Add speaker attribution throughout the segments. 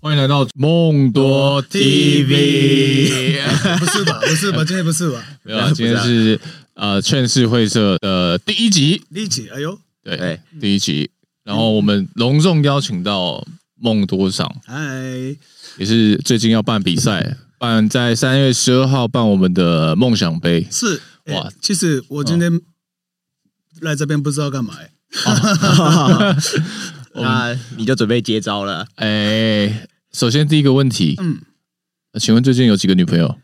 Speaker 1: 欢迎来到梦多 TV。
Speaker 2: 不是吧？不是吧？今天不是吧？哎
Speaker 1: 没有啊，今天是呃劝世会社的第一集，
Speaker 2: 立即，哎呦，
Speaker 1: 对，
Speaker 3: 对
Speaker 1: 第一集。然后我们隆重邀请到梦多上，
Speaker 2: 嗨，
Speaker 1: 也是最近要办比赛，办在三月十二号办我们的梦想杯。
Speaker 2: 是
Speaker 1: 哇
Speaker 2: 哇！其实我今天来这边不知道干嘛，哎嗯
Speaker 3: 那你就准备接招了。
Speaker 1: 哎，首先第一个问题，
Speaker 2: 嗯，
Speaker 1: 请问最近有几个女朋友？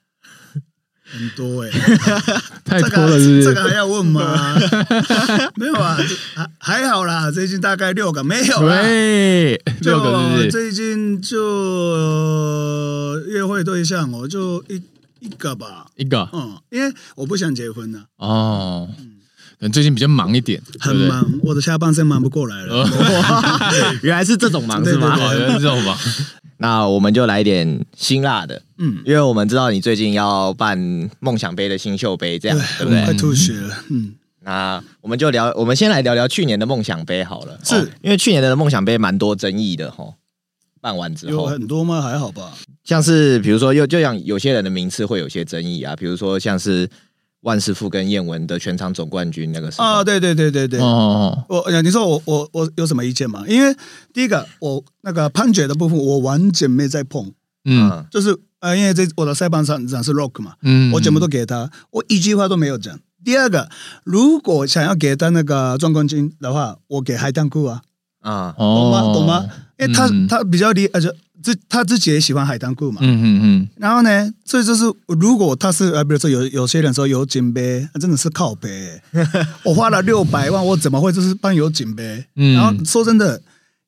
Speaker 2: 很多哎，
Speaker 1: 太
Speaker 2: 这
Speaker 1: 多
Speaker 2: 个
Speaker 1: 了，是不
Speaker 2: 这
Speaker 1: 是
Speaker 2: 个？还要问吗？ 没有啊，还还好啦，最近大概六个，没有啦，
Speaker 1: 喂，
Speaker 2: 就
Speaker 1: 六个是不是？
Speaker 2: 最近就约会对象，我就一一个吧，
Speaker 1: 一个
Speaker 2: 嗯，因为我不想结婚呢，啊
Speaker 1: 哦，可能最近比较忙一点，对
Speaker 2: 嗯很
Speaker 1: 不对？
Speaker 2: 忙，我的下半身忙不过 来了，
Speaker 3: 原来是这种忙
Speaker 2: 对
Speaker 3: 是吗？
Speaker 2: 对
Speaker 1: 哦，原来是这种吧？
Speaker 3: 那我们就来点辛辣的，
Speaker 2: 嗯，
Speaker 3: 因为我们知道你最近要办梦想杯的新秀杯，这样对不
Speaker 2: 我快
Speaker 3: 对？
Speaker 2: 吐血了，嗯，
Speaker 3: 那我们就聊，我们先来聊聊去年的梦想杯好了，
Speaker 2: 是
Speaker 3: 哦因为去年的梦想杯蛮多争议的吼。办完之
Speaker 2: 有
Speaker 3: 后，
Speaker 2: 很多吗？还好吧，
Speaker 3: 像是比如说，又就像有些人的名次会有些争议啊，比如说像是万师傅跟燕文的全场总冠军那个时候，
Speaker 2: 啊，对对对对对，
Speaker 1: 哦哦，
Speaker 2: 我呃你说我我我有什么意见吗？因为第一个，我那个判决的部分我完全没在碰，
Speaker 1: 嗯
Speaker 3: 嗯，
Speaker 2: 就是呃，因为这我的裁判长长是 Rock 嘛，
Speaker 1: 嗯，
Speaker 2: 我全部都给他，我一句话都没有讲。第二个，如果想要给他那个壮观金的话，我给海滩裤啊，
Speaker 3: 啊，
Speaker 2: 懂
Speaker 1: 懂
Speaker 2: 吗？懂吗？？因为他、
Speaker 1: 嗯
Speaker 2: 他比较厉，呃，就自他自己也喜欢海滩裤嘛。
Speaker 1: 嗯嗯
Speaker 2: 然后呢，这就是如果他是呃，比如说有有些人说有景杯，真的是靠 背。我花了六百万，我怎么会就是办有景杯？
Speaker 1: 嗯
Speaker 2: 然后说真的，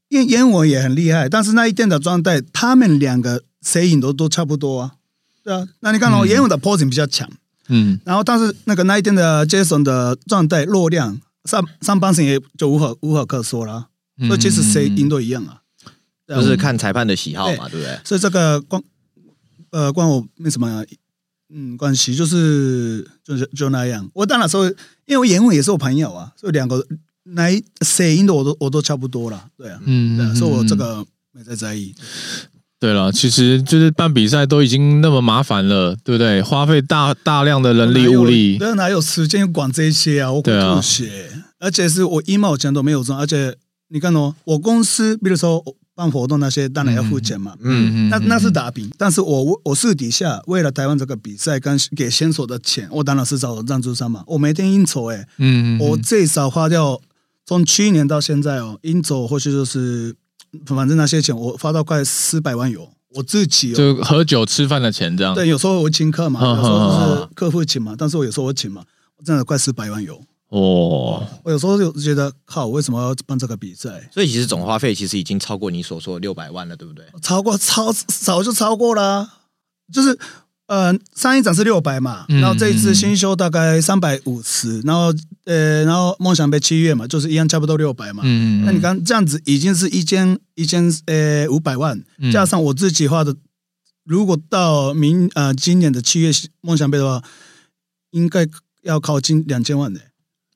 Speaker 2: 因为燕文也很厉害，但是那一天的状态，他们两个谁赢都都差不多啊。对啊，那你看哦，
Speaker 1: 嗯
Speaker 2: 燕文的 posing 比较强，
Speaker 1: 嗯
Speaker 2: 然后但是那个那一天的 Jason 的状态落量，上上半身也就无可无可可说了啊。
Speaker 1: 嗯，
Speaker 2: 所以其实谁赢都一样啊。对啊
Speaker 3: 就是看裁判的喜好嘛，对不对？
Speaker 2: 所以这个关呃关我没什么嗯关系，就是就是就那样。我当然说，因为我演文也是我朋友啊，所以两个那一谁赢的我都我都差不多了，对啊，
Speaker 1: 嗯，
Speaker 2: 对啊
Speaker 1: 嗯，
Speaker 2: 所以我这。
Speaker 1: 嗯嗯
Speaker 2: 个没太在意。
Speaker 1: 对了，其实就是办比赛都已经那么麻烦了，对不对？花费大大量的人力物力，
Speaker 2: 那哪有时间管这些啊？我会
Speaker 1: 对啊
Speaker 2: 吐血，而且是我一毛钱都没有赚，而且你看哦，我公司比如说我办活动那些，当然要付钱嘛。
Speaker 3: 嗯，
Speaker 2: 那那是打平，但是我我私底下为了台湾这个比赛跟给选手的钱，我当然是找赞助商嘛。我每天应酬哎、
Speaker 1: 嗯，嗯
Speaker 2: 我
Speaker 1: 嗯
Speaker 2: 最少花掉从去年到现在哦，应酬或许就是反正那些钱我花到快四百万有，我自己哦。
Speaker 1: 就喝酒吃饭的钱这样，
Speaker 2: 对，有时候我请客嘛，
Speaker 1: 嗯
Speaker 2: 有时候就
Speaker 1: 嗯
Speaker 2: 是客户请嘛，但是我有时候我请嘛，我真的快四百万有。
Speaker 1: 哦，
Speaker 2: 我有时候就觉得靠，我为什么要办这个比赛？
Speaker 3: 所以其实总花费其实已经超过你所说六百万了，对不对？
Speaker 2: 超过超早就超过啦、就是呃上一场是六百嘛，
Speaker 1: 嗯
Speaker 2: 然后这一次新修大概三百五十，然后呃然后梦想杯七月嘛，就是一样差不多六百嘛。
Speaker 1: 嗯，嗯
Speaker 2: 那你，看这样子已经是一千一千呃五百万，
Speaker 1: 嗯
Speaker 2: 加上我自己花的，如果到明呃今年的七月梦想杯的话，应该要靠近两千万的、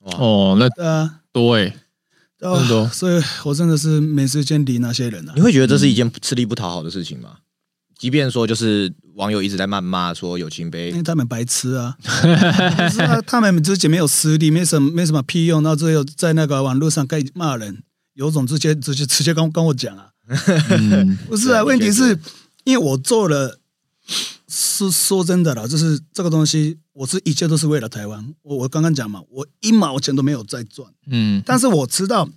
Speaker 3: 哇，
Speaker 1: 哦，那
Speaker 2: 对啊。
Speaker 1: 多哎，
Speaker 2: 哦
Speaker 1: 很多
Speaker 2: 所以我真的是没时间理那些人了、啊
Speaker 3: 你会觉得这是一件吃力不讨好的事情吗？即便说就是网友一直在谩骂说友情
Speaker 2: 因
Speaker 3: 杯
Speaker 2: 为他们白痴啊，不是啊，他们自己没有实力，没什么没什么屁用，然后只有在那个网络上可以骂人，有种直接直接直接跟跟我讲啊，
Speaker 1: 嗯
Speaker 2: 不是啊，
Speaker 3: 对
Speaker 2: 问题
Speaker 3: 我觉
Speaker 2: 是因为我做了，是说真的啦，就是这个东西，我是一切都是为了台湾，我我刚刚讲嘛，我一毛钱都没有在赚，
Speaker 1: 嗯，
Speaker 2: 但是我知道。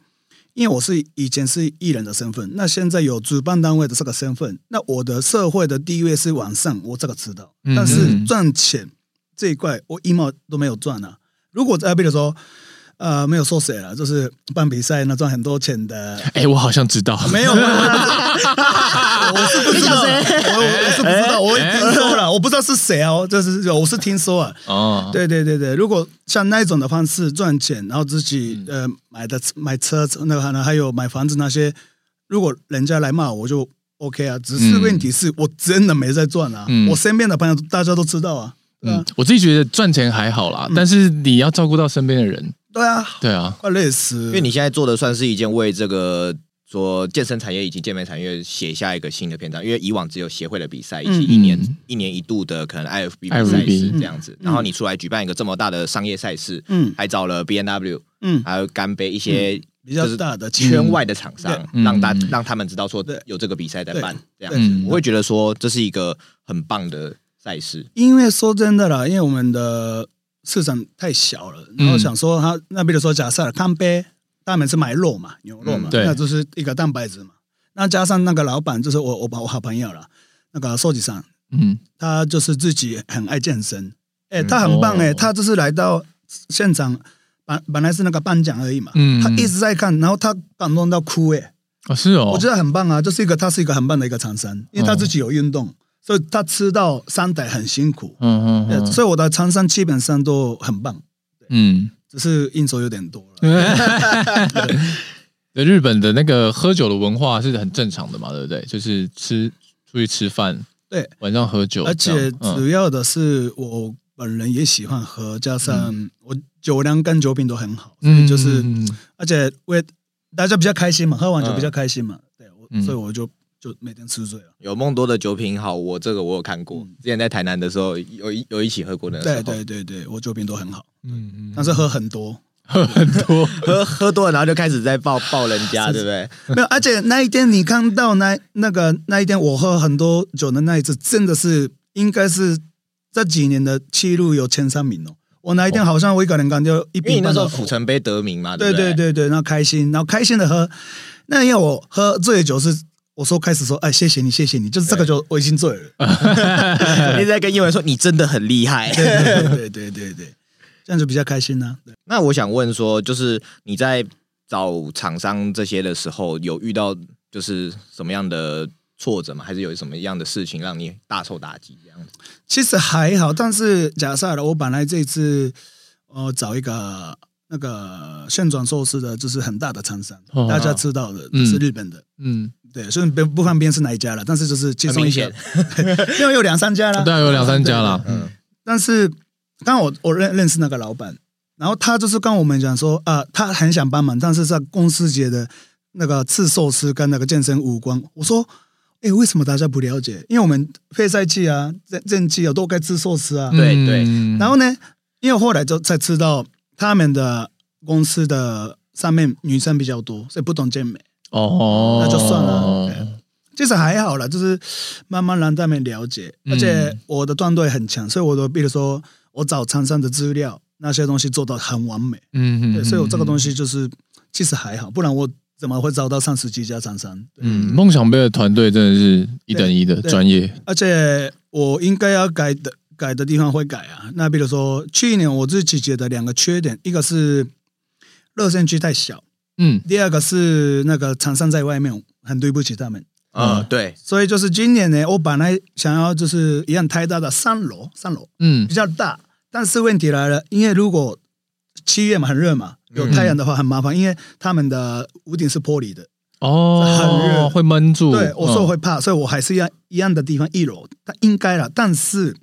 Speaker 2: 因为我是以前是艺人的身份，那现在有主办单位的这个身份，那我的社会的地位是往上，我这个知道。
Speaker 1: 嗯
Speaker 2: 但是赚钱这一块，我一毛都没有赚啊。如果呃，比如说呃，没有说谁了，就是办比赛那赚很多钱的，
Speaker 1: 哎，我好像知道，
Speaker 2: 没有，我我是不知道，我我是不知道，我也听说了，我不知道是谁啊，我就是我是听说啊。
Speaker 1: 哦，
Speaker 2: 对对对对，如果像那一种的方式赚钱，然后自己
Speaker 3: 嗯
Speaker 2: 呃买的买车那个还还有买房子那些，如果人家来骂我，我就 OK 啊，只是问题是我真的没在赚啊，
Speaker 1: 嗯
Speaker 2: 我身边的朋友大家都知道啊，对啊
Speaker 1: 嗯，我自己觉得赚钱还好啦，但是你要照顾到身边的人，
Speaker 2: 对啊，
Speaker 1: 对啊，
Speaker 2: 快累死，
Speaker 3: 因为你现在做的算是一件为这个说健身产业以及健美产业写下一个新的篇章，因为以往只有协会的比赛以及
Speaker 2: 嗯
Speaker 3: 一年、
Speaker 1: 嗯
Speaker 3: 一年一度的可能 IFB 比赛是
Speaker 1: IFB
Speaker 3: 这样子，然后你出来举办一个这么大的商业赛事，
Speaker 2: 嗯
Speaker 3: 还找了 B N W，
Speaker 2: 嗯，
Speaker 3: 还有干杯一些
Speaker 2: 比较
Speaker 3: 就是
Speaker 2: 大的圈
Speaker 3: 圈外的厂商，
Speaker 1: 嗯
Speaker 3: 让大
Speaker 1: 嗯
Speaker 3: 让他们知道说
Speaker 2: 对
Speaker 3: 有这个比赛在办，这样
Speaker 2: 对
Speaker 3: 子，
Speaker 1: 嗯
Speaker 3: 我会觉得说这是一个很棒的赛事，
Speaker 2: 因为说真的啦，因为我们的市场太小了，
Speaker 1: 嗯
Speaker 2: 然后想说他那比如说假设康杯，他们是买肉嘛，牛肉嘛，
Speaker 1: 嗯对
Speaker 2: 那就是一个蛋白质嘛。那加上那个老板就是我我我好朋友了，那个寿吉桑，
Speaker 1: 嗯，
Speaker 2: 他就是自己很爱健身，哎、
Speaker 3: 嗯
Speaker 2: 他很棒哎、
Speaker 1: 哦
Speaker 2: 他就是来到现场，本本来是那个颁奖而已嘛，
Speaker 1: 嗯
Speaker 2: 他一直在看，然后他感动到哭哎、
Speaker 1: 哦是哦，
Speaker 2: 我觉得很棒啊，就是一个他是一个很棒的一个厂商，因为他自己有运动，所以他吃到三代很辛苦，
Speaker 1: 嗯嗯
Speaker 2: 呃
Speaker 1: 嗯
Speaker 2: 所以我的厂商基本上都很棒，
Speaker 1: 嗯。
Speaker 2: 只是应酬有点多了。
Speaker 1: 对日本的那个喝酒的文化是很正常的嘛，对不对？就是吃出去吃饭，
Speaker 2: 对，
Speaker 1: 晚上喝酒，
Speaker 2: 而
Speaker 1: 这
Speaker 2: 且
Speaker 1: 样嗯
Speaker 2: 主要的是我本人也喜欢喝，加上我酒量跟酒品都很好，所以就是、
Speaker 1: 嗯嗯
Speaker 2: 而且为大家比较开心嘛，喝完酒比较开心嘛，对我、
Speaker 1: 嗯
Speaker 2: 所以我就就每天吃醉了。
Speaker 3: 有梦多的酒品好，我这个我有看过，之前在台南的时候有一有一起喝过那个时
Speaker 2: 嗯对对
Speaker 3: 候，
Speaker 2: 对对，我酒品都很好，
Speaker 1: 嗯嗯
Speaker 2: 但是喝很多。
Speaker 1: 喝很
Speaker 2: 嗯
Speaker 1: 多，
Speaker 3: 喝喝多了，然后就开始在抱抱人家，对不对？
Speaker 2: 没有，而且那一天你看到那那个那一天我喝很多酒的那一次，真的是应该是这几年的记录有前三名哦。我那一天好像我一个人干掉一
Speaker 3: 因为
Speaker 2: 瓶
Speaker 3: 你
Speaker 2: 半
Speaker 3: 那时
Speaker 2: 的哦，
Speaker 3: 候府城杯得名嘛，
Speaker 2: 对
Speaker 3: 不
Speaker 2: 对
Speaker 3: 对
Speaker 2: 对对，然后开心，然后开心的喝。那因为我喝醉的酒是，我说开始说，哎，谢谢你，谢谢你，就是这个酒我已经醉了。
Speaker 3: 对， 一直在跟英文说你真的很厉害。
Speaker 2: 对对对对对对，这样就比较开心呢、对
Speaker 3: 那我想问说，就是你在找厂商这些的时候，有遇到就是什么样的挫折吗？还是有什么样的事情让你大受打击这样子？
Speaker 2: 其实还好，但是假设啊了，我本来这次呃找一个那个旋转寿司的，就是很大的厂商，
Speaker 1: 哦
Speaker 2: 大家知道的，
Speaker 1: 嗯
Speaker 2: 就是日本的。
Speaker 1: 嗯，
Speaker 2: 对，虽然不不方便是哪一家了，但是就是其中一个， 因为有两 三家了，
Speaker 1: 大概有两三家啦。
Speaker 3: 嗯，
Speaker 2: 但是刚好我我认认识那个老板，然后他就是跟我们讲说啊、他很想帮忙，但是在公司节的那个刺寿司跟那个健身无关。我说，哎，为什么大家不了解？因为我们配赛季啊、正正季啊都该吃寿司啊。
Speaker 3: 对对
Speaker 1: 嗯
Speaker 2: 然后呢，因为后来就才知道他们的公司的上面女生比较多，所以不懂健美。
Speaker 1: 哦，嗯
Speaker 2: 那就算了对其实还好啦，就是慢慢让他们了解，
Speaker 1: 嗯
Speaker 2: 而且我的团队很强，所以我的比如说我找厂商的资料那些东西做到很完美，
Speaker 1: 嗯
Speaker 2: 对，所以我这个东
Speaker 1: 西，
Speaker 2: 西就是其实还好，不然我怎么会找到三十几家厂商？对
Speaker 1: 嗯，梦想杯的团队真的是一等一的
Speaker 2: 对
Speaker 1: 专业，
Speaker 2: 而且我应该要改的改的地方会改啊。那比如说去年我自己觉得两个缺点，一个是热身区太小，
Speaker 1: 嗯
Speaker 2: 第二个是那个厂商在外面很对不起他们。
Speaker 3: 啊
Speaker 1: 嗯，
Speaker 3: 对，
Speaker 2: 所以就是今年呢，我本来想要就是一样太大的三楼，三楼
Speaker 1: 嗯
Speaker 2: 比较大，但是问题来了，因为如果七月嘛很热嘛，有太阳的话很麻烦，因为他们的屋顶是玻璃的，很热
Speaker 1: 哦，会闷住，
Speaker 2: 对我说我
Speaker 1: 嗯
Speaker 2: 会怕，所以我还是要一样的地方一楼，它应该了，但是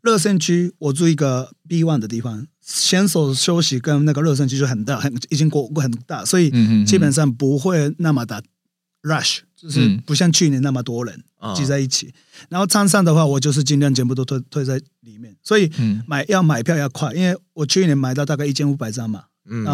Speaker 2: 热身区我住一个 B one 的地方，选手休息跟那个热身区就很大，很已经过过很大，所以
Speaker 1: 嗯嗯嗯
Speaker 2: 基本上不会那么的 rush，就是
Speaker 1: 嗯
Speaker 2: 不像去年那么多人。
Speaker 3: 啊
Speaker 2: 挤在一起。然后站上的话，我就是尽量全部都推推在里面，所以
Speaker 1: 嗯
Speaker 2: 买要买票要快，因为我去年买到大概一千五百张嘛，啊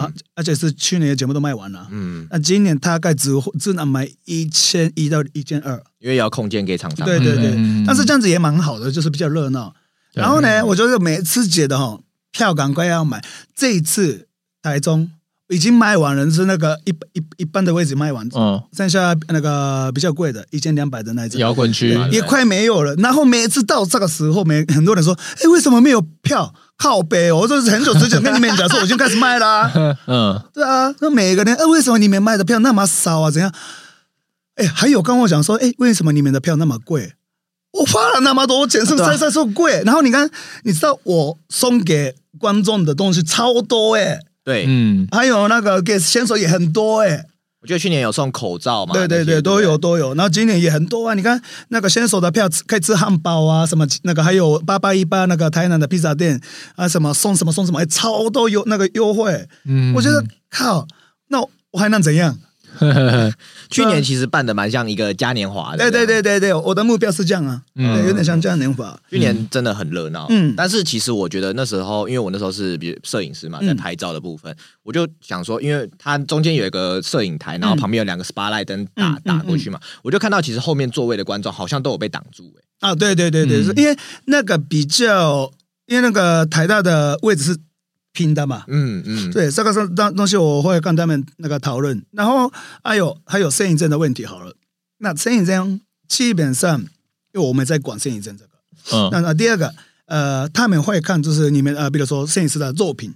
Speaker 3: 嗯，
Speaker 2: 而且是去年全部都卖完了。
Speaker 3: 嗯，
Speaker 2: 那今年大概只只能买一千一到一千二，
Speaker 3: 因为也要空间给厂商，
Speaker 2: 对对对
Speaker 1: 嗯，
Speaker 2: 但是这样子也蛮好的，就是比较热闹。
Speaker 1: 对
Speaker 2: 然后呢，我就是每次觉得哈，票赶快要买。这一次台中已经卖完了，是那个一一一般的位置卖完，
Speaker 1: 嗯，
Speaker 2: 剩下那个比较贵的一千两百的那一张。
Speaker 1: 摇滚区
Speaker 3: 对
Speaker 2: 也快没有了。然后每次到这个时候，每很多人说：“哎，为什么没有票？靠北哦！”我就是很久之前跟你们讲说，我已经开始卖啦、
Speaker 1: 嗯，
Speaker 2: 对啊，那每个人，哎，为什么你们卖的票那么少啊？怎样？哎，还有跟我讲说，哎，为什么你们的票那么贵？我花了那么多钱，是不是
Speaker 3: 对啊
Speaker 2: 才才说贵？然后你看，你知道我送给观众的东西超多哎、
Speaker 3: 对，
Speaker 1: 嗯
Speaker 2: 还有那个给选手也很多哎、
Speaker 3: 我觉得去年有送口罩嘛，
Speaker 2: 对
Speaker 3: 那
Speaker 2: 对
Speaker 3: 些
Speaker 2: 对，
Speaker 3: 不
Speaker 2: 都有都有。然后今年也很多啊，你看那个先手的票可以吃汉堡啊，什么那个还有八八一八那个台南的披萨店啊，什么送什么送什么，哎，超多有那个优惠。
Speaker 1: 嗯
Speaker 2: 我觉得靠，那我还能怎样？
Speaker 3: 去年其实办的蛮像一个嘉年华的，
Speaker 2: 啊对对对，对对，我的目标是这样啊，
Speaker 1: 嗯
Speaker 2: 对有点像这样的想法。
Speaker 3: 去年真的很热闹，
Speaker 2: 嗯
Speaker 3: 但是其实我觉得那时候，因为我那时候是比如摄影师嘛，
Speaker 2: 嗯
Speaker 3: 在拍照的部分，我就想说，因为它中间有一个摄影台，然后旁边有两个 spotlight 灯打、
Speaker 2: 嗯
Speaker 3: 打过去嘛，我就看到其实后面座位的观众好像都有被挡住、欸，
Speaker 2: 啊，对对对对，
Speaker 1: 嗯
Speaker 2: 是因为那个比较，因为那个台大的位置是平的嘛，
Speaker 3: 嗯嗯，
Speaker 2: 对，这个是当东西我会跟他们那个讨论，然后还有还有摄影证的问题好了。那摄影证基本上，因为我们在管摄影证这个。
Speaker 1: 嗯
Speaker 2: 那那第二个，呃，他们会看就是你们呃，比如说摄影师的作品，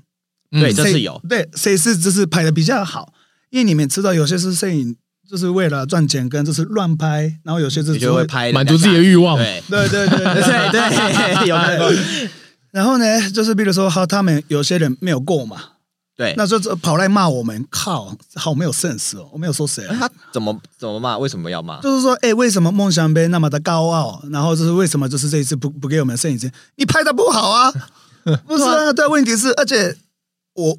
Speaker 3: 对，
Speaker 1: 嗯
Speaker 3: 这
Speaker 2: 谁
Speaker 3: 是有，
Speaker 2: 对谁是就是拍的比较好，因为你们知道有些是摄影就是为了赚钱跟就是乱拍，然后有些就
Speaker 3: 你
Speaker 2: 是
Speaker 3: 就会拍
Speaker 1: 满足自己的欲望，
Speaker 3: 对
Speaker 2: 对对对对
Speaker 3: 对 对，有看过，
Speaker 2: 然后呢，就是比如说，好，他们有些人没有够嘛，
Speaker 3: 对。
Speaker 2: 那就跑来骂我们，靠，好没有 sense 哦，我没有说谁啊、
Speaker 3: 哎他怎么怎么骂？为什么要骂？
Speaker 2: 就是说，哎、为什么梦想杯那么的高傲？然后就是为什么就是这一次不不给我们摄影师？你拍的不好 啊，不是啊？对，问题是，而且我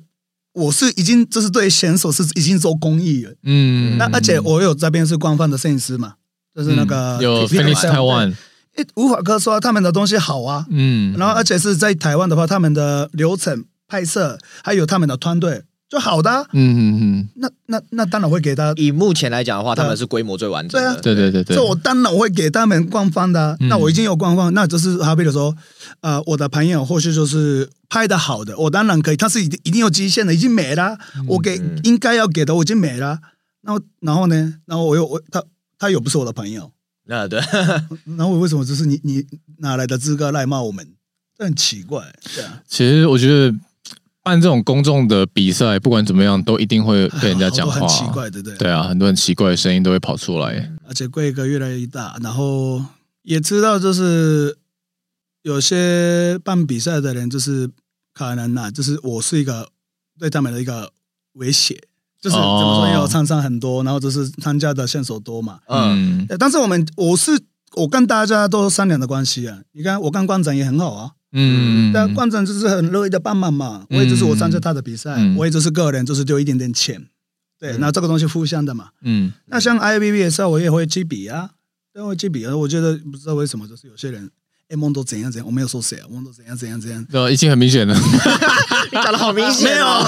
Speaker 2: 我是已经就是对选手是已经做公益了，
Speaker 1: 嗯，
Speaker 2: 那而且我有这边是官方的摄影师嘛，就是那个
Speaker 1: 嗯有
Speaker 2: Phoenix
Speaker 1: Phoenix
Speaker 2: Sound，
Speaker 1: Taiwan，
Speaker 2: 对哎无法可说他们的东西好啊，
Speaker 1: 嗯，
Speaker 2: 然后而且是在台湾的话，他们的流程拍摄还有他们的团队就好的啊、
Speaker 1: 嗯嗯
Speaker 2: 那那那当然会给他
Speaker 3: 以目前来讲的话，他
Speaker 2: 对啊
Speaker 3: 们是规模最完整
Speaker 2: 对
Speaker 3: 的
Speaker 2: 啊。
Speaker 1: 嗯，对对对对，
Speaker 2: 所以我当然会给他们官方的啊、
Speaker 1: 嗯
Speaker 2: 那我已经有官方，那就是好比如说，呃，我的朋友或许就是拍的好的，我当然可以，但是一定一定有极限的，已经没了。啊我给
Speaker 3: 嗯
Speaker 2: 应该要给的我已经没了。然后然后呢？然后我又我他他又不是我的朋友，
Speaker 3: 那对，
Speaker 2: 然后我为什么就是你你哪来的资格来骂我们？这很奇怪，对啊，
Speaker 1: 其实我觉得办这种公众的比赛，不管怎么样，都一定会被人家讲
Speaker 2: 好
Speaker 1: 话
Speaker 2: 多，很奇怪，对不对？
Speaker 1: 对啊，很多很奇怪的声音都会跑出来。
Speaker 2: 而且规格越来越大，然后也知道就是有些办比赛的人就是可能啊，就是我是一个对他们的一个威胁，就是怎
Speaker 1: 哦
Speaker 2: 么说，因为我参赛很多，然后就是参加的线索多嘛。
Speaker 3: 嗯，
Speaker 1: 嗯
Speaker 2: 呃但是我们我是我跟大家都商量的关系啊，你看我跟关长也很好啊，
Speaker 1: 嗯，
Speaker 2: 但关长就是很乐意的帮忙嘛，我也就是我参加他的比赛，
Speaker 1: 嗯
Speaker 2: 我也就是个人就是丢一点点钱，对，
Speaker 3: 嗯
Speaker 2: 那这个东西互相的嘛。
Speaker 1: 嗯，
Speaker 2: 那像 IBB 的时候，我也会去比啊，但我去比啊，我觉得不知道为什么，就是有些人，哎，梦都怎样怎样，我没有说谁啊，梦都怎样怎样怎样
Speaker 1: 对啊，已经很明显了。
Speaker 3: 你讲的好明
Speaker 2: 没
Speaker 3: 显
Speaker 2: 有
Speaker 3: 哦。，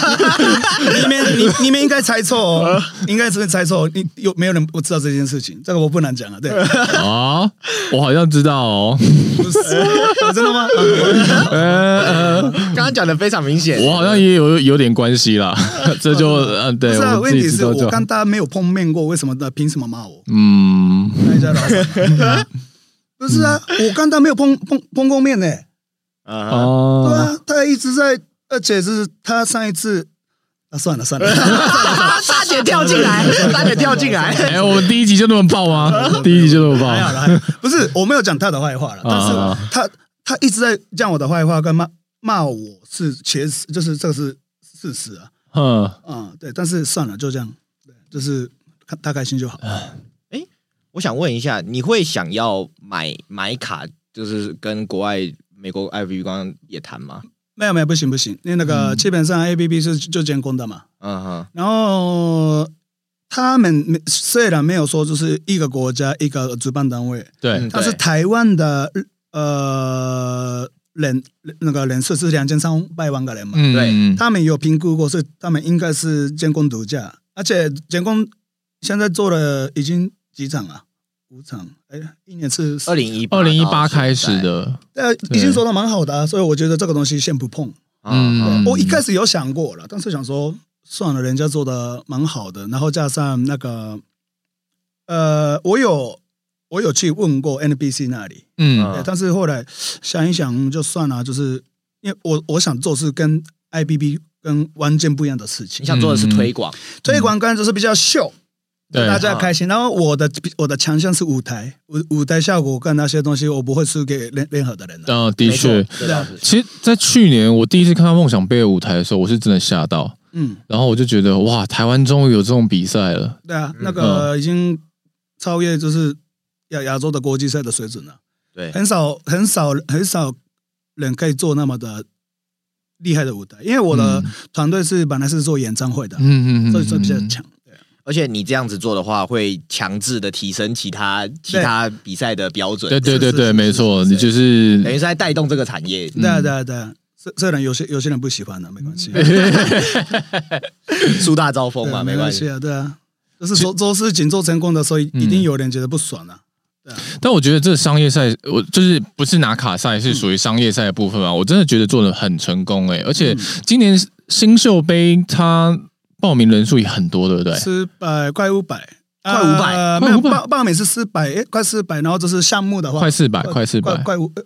Speaker 2: 你们你你们应该猜 错哦，你应该是猜错，你有没有人不知道这件事情？这个我不能 讲啊，对，
Speaker 1: 哦，我好像知道哦，
Speaker 2: 不是啊真的吗？啊
Speaker 1: 呃，呃
Speaker 3: 刚刚讲的非常明显，
Speaker 1: 我好像也有有点关系啦，这就嗯，
Speaker 2: 不
Speaker 1: 对，
Speaker 2: 是啊，
Speaker 1: 我
Speaker 2: 问
Speaker 1: 自己
Speaker 2: 题
Speaker 1: 知
Speaker 2: 是
Speaker 1: 道
Speaker 2: 我
Speaker 1: 就好。
Speaker 2: 跟大家没有碰面过，为什么的？凭什么骂我？
Speaker 1: 嗯，
Speaker 2: 那一家老板， 不是啊，我跟他没有碰碰碰过面呢、
Speaker 3: 嗯哼
Speaker 1: 哦，
Speaker 2: 对啊，他一直在，而且是他上一次，啊，算了算了，
Speaker 3: 差点跳进 来，差点跳进来。
Speaker 1: 哎，我们第一集就那么爆吗？第一集就那么
Speaker 2: 还好
Speaker 1: 爆？
Speaker 2: 了，还好不是我没有讲他的坏话了，但
Speaker 1: 啊
Speaker 2: 是他他一直在讲我的坏话，跟骂骂我是确实，就是这个是事实啊，
Speaker 1: 嗯，
Speaker 2: 啊、对，但是算了，就这样，对就是看他开心就好。
Speaker 3: 我想问一下，你会想要买买卡，就是跟国外美国 IV 刚刚也谈吗？
Speaker 2: 没有没有，不行不行，因为那个基本上 A P P 是就监控的嘛，
Speaker 3: 嗯哼，
Speaker 2: 然后他们没虽然没有说就是一个国家一个主办单位，
Speaker 1: 对
Speaker 3: 嗯，
Speaker 2: 但是
Speaker 3: 对
Speaker 2: 台湾的呃人那个人数是两千三百万个人嘛，
Speaker 1: 嗯，
Speaker 3: 对
Speaker 1: 嗯
Speaker 2: 他们有评估过，所以他们应该是监控独家，而且监控现在做了已经几场啊，五场，哎，一年是
Speaker 3: 二零一
Speaker 1: 二零一八开始，的，
Speaker 2: 呃已经做的蛮好的、啊，所以我觉得这个东西先不碰。
Speaker 1: 嗯
Speaker 2: 我一开始有想过了，但是想说算了，人家做的蛮好的，然后加上那个，呃，我有我有去问过 NBC 那里，
Speaker 1: 嗯
Speaker 3: 嗯
Speaker 2: 对但是后来想一想就算了，就是因为我我想做是跟 IBB 跟完全不一样的事情
Speaker 3: 你，想做的是推广，
Speaker 1: 嗯
Speaker 2: 推广刚就是比较秀，
Speaker 1: 对
Speaker 2: 大家开心。然后我的我的强项是舞台，舞舞台效果跟那些东西我不会输给任任何的人的。
Speaker 1: 嗯，的确，
Speaker 3: 没错，这倒是
Speaker 1: 其实，在去年我第一次看到梦想杯的舞台的时候，我是真的吓到，
Speaker 2: 嗯，
Speaker 1: 然后我就觉得哇，台湾终于有这种比赛了。
Speaker 2: 对啊，那个已经超越就是亚亚洲的国际赛的水准了，
Speaker 3: 对，
Speaker 2: 很少很少很少人可以做那么的厉害的舞台，因为我的团队是本来是做演唱会的，
Speaker 1: 嗯嗯嗯，
Speaker 2: 所以说比较
Speaker 1: 嗯。
Speaker 2: 强。对啊
Speaker 3: 而且你这样子做的话，会强制的提升其他其他比赛的标准，
Speaker 1: 对对对
Speaker 2: 是是
Speaker 1: 对，
Speaker 2: 是
Speaker 1: 没错，你就是
Speaker 3: 等于是在带动这个产业。
Speaker 2: 对啊对啊对啊，虽虽然有些有些人不喜欢的，啊没关系，
Speaker 3: 树大招风
Speaker 2: 对
Speaker 1: 嗯
Speaker 2: 啊
Speaker 3: 嘛，
Speaker 2: 没
Speaker 3: 关
Speaker 2: 关
Speaker 3: 系。
Speaker 2: 系啊，对啊，就是做做事情做成功的时候，一定有人觉得不爽啊。
Speaker 1: 但我觉得这商业赛，我就是不是拿卡
Speaker 2: 嗯
Speaker 1: 赛，是属于商业赛的部分嘛。我真的觉得做的很成功哎、而
Speaker 2: 嗯
Speaker 1: 且今年新秀杯它报名人数也很多，对不对？
Speaker 2: 四百快五百，
Speaker 3: 快500
Speaker 2: 呃
Speaker 1: 快
Speaker 2: 没有
Speaker 1: 500
Speaker 2: 报报名是四百，哎，快四百，然后这是项目的话，
Speaker 1: 快四百，快四
Speaker 2: 快
Speaker 1: 百。
Speaker 2: 快五，呃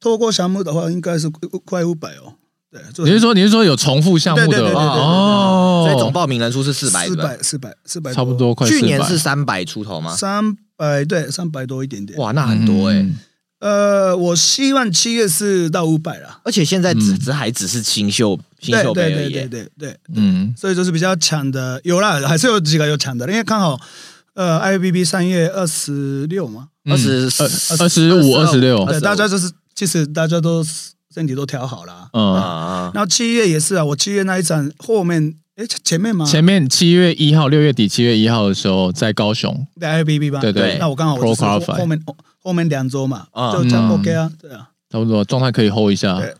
Speaker 2: 透过项目的话应该是快快五百哦，对，就
Speaker 1: 你是说你是说有重复项目
Speaker 2: 对对
Speaker 1: 的
Speaker 2: 对对对对对
Speaker 1: 哦？
Speaker 3: 所以总报名人数是四百，
Speaker 2: 四百四百四百，
Speaker 1: 差不多快
Speaker 3: 去年
Speaker 1: 400
Speaker 3: 是三百出头吗？
Speaker 2: 三百对三百多一欸点点。
Speaker 3: 哇，那很多哎、
Speaker 1: 嗯
Speaker 2: 呃，我希望七月是到五百啦，
Speaker 3: 而且现在只
Speaker 1: 嗯
Speaker 3: 只还只是新秀新
Speaker 2: 对
Speaker 3: 秀
Speaker 2: 对
Speaker 3: 杯而
Speaker 2: 对
Speaker 3: 已、
Speaker 2: 对
Speaker 3: 欸，
Speaker 2: 对对，
Speaker 1: 嗯
Speaker 2: 所以就是比较抢的，有啦，还是有几个有抢的，因为刚好呃，IBB 三月二十六嘛，
Speaker 1: 嗯
Speaker 3: 二十
Speaker 1: 二十五、二十六，
Speaker 2: 对，
Speaker 3: 25
Speaker 2: 大家就是其实大家都身体都调好了啊，
Speaker 1: 嗯，
Speaker 3: 啊，
Speaker 2: 然后七月也是啊，我七月那一场后面，哎，前面吗？
Speaker 1: 前面七月一号，六月底七月一号的时候在高雄，
Speaker 2: 对 IBB 吧，
Speaker 1: 对对
Speaker 2: 那我刚好我就是
Speaker 1: Pro
Speaker 2: 后
Speaker 1: Qualify
Speaker 2: 后面后面两周嘛，
Speaker 3: 啊
Speaker 2: 就这样
Speaker 1: 嗯
Speaker 2: OK 啊，对啊，
Speaker 1: 差不多状态可以 hold 一下。
Speaker 2: 对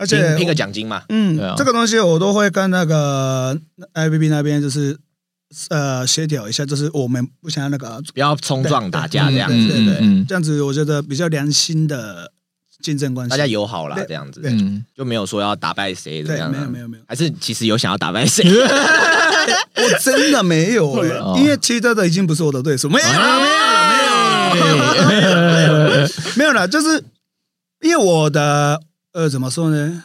Speaker 2: 而
Speaker 3: 拼
Speaker 2: 且
Speaker 3: 拼个奖金嘛，
Speaker 2: 嗯
Speaker 1: 对啊，
Speaker 2: 这个东西我都会跟那个 IBB 那边就是呃协调一下，就是我们不想要那个
Speaker 3: 不要冲撞打架
Speaker 2: 对
Speaker 3: 这样
Speaker 1: 嗯
Speaker 3: 子，对
Speaker 1: 嗯
Speaker 3: 不对，
Speaker 1: 嗯
Speaker 2: 这样子，我觉得比较良心的竞争关系，
Speaker 3: 大家友好啦，
Speaker 2: 对
Speaker 3: 这样子
Speaker 2: 对
Speaker 1: 嗯，
Speaker 3: 就没有说要打败谁怎么
Speaker 2: 对，
Speaker 3: 样、
Speaker 2: 没有
Speaker 3: 啊
Speaker 2: 没，有没有，
Speaker 3: 还是其实有想要打败谁？
Speaker 2: 我真的没 有欸
Speaker 1: 哦，
Speaker 2: 因为其他的已经不是我的对手，没有啦
Speaker 3: 啊
Speaker 2: 没有啦没有啦没有啦
Speaker 1: 哎
Speaker 2: 没有啦，就是因为我的呃，怎么说呢？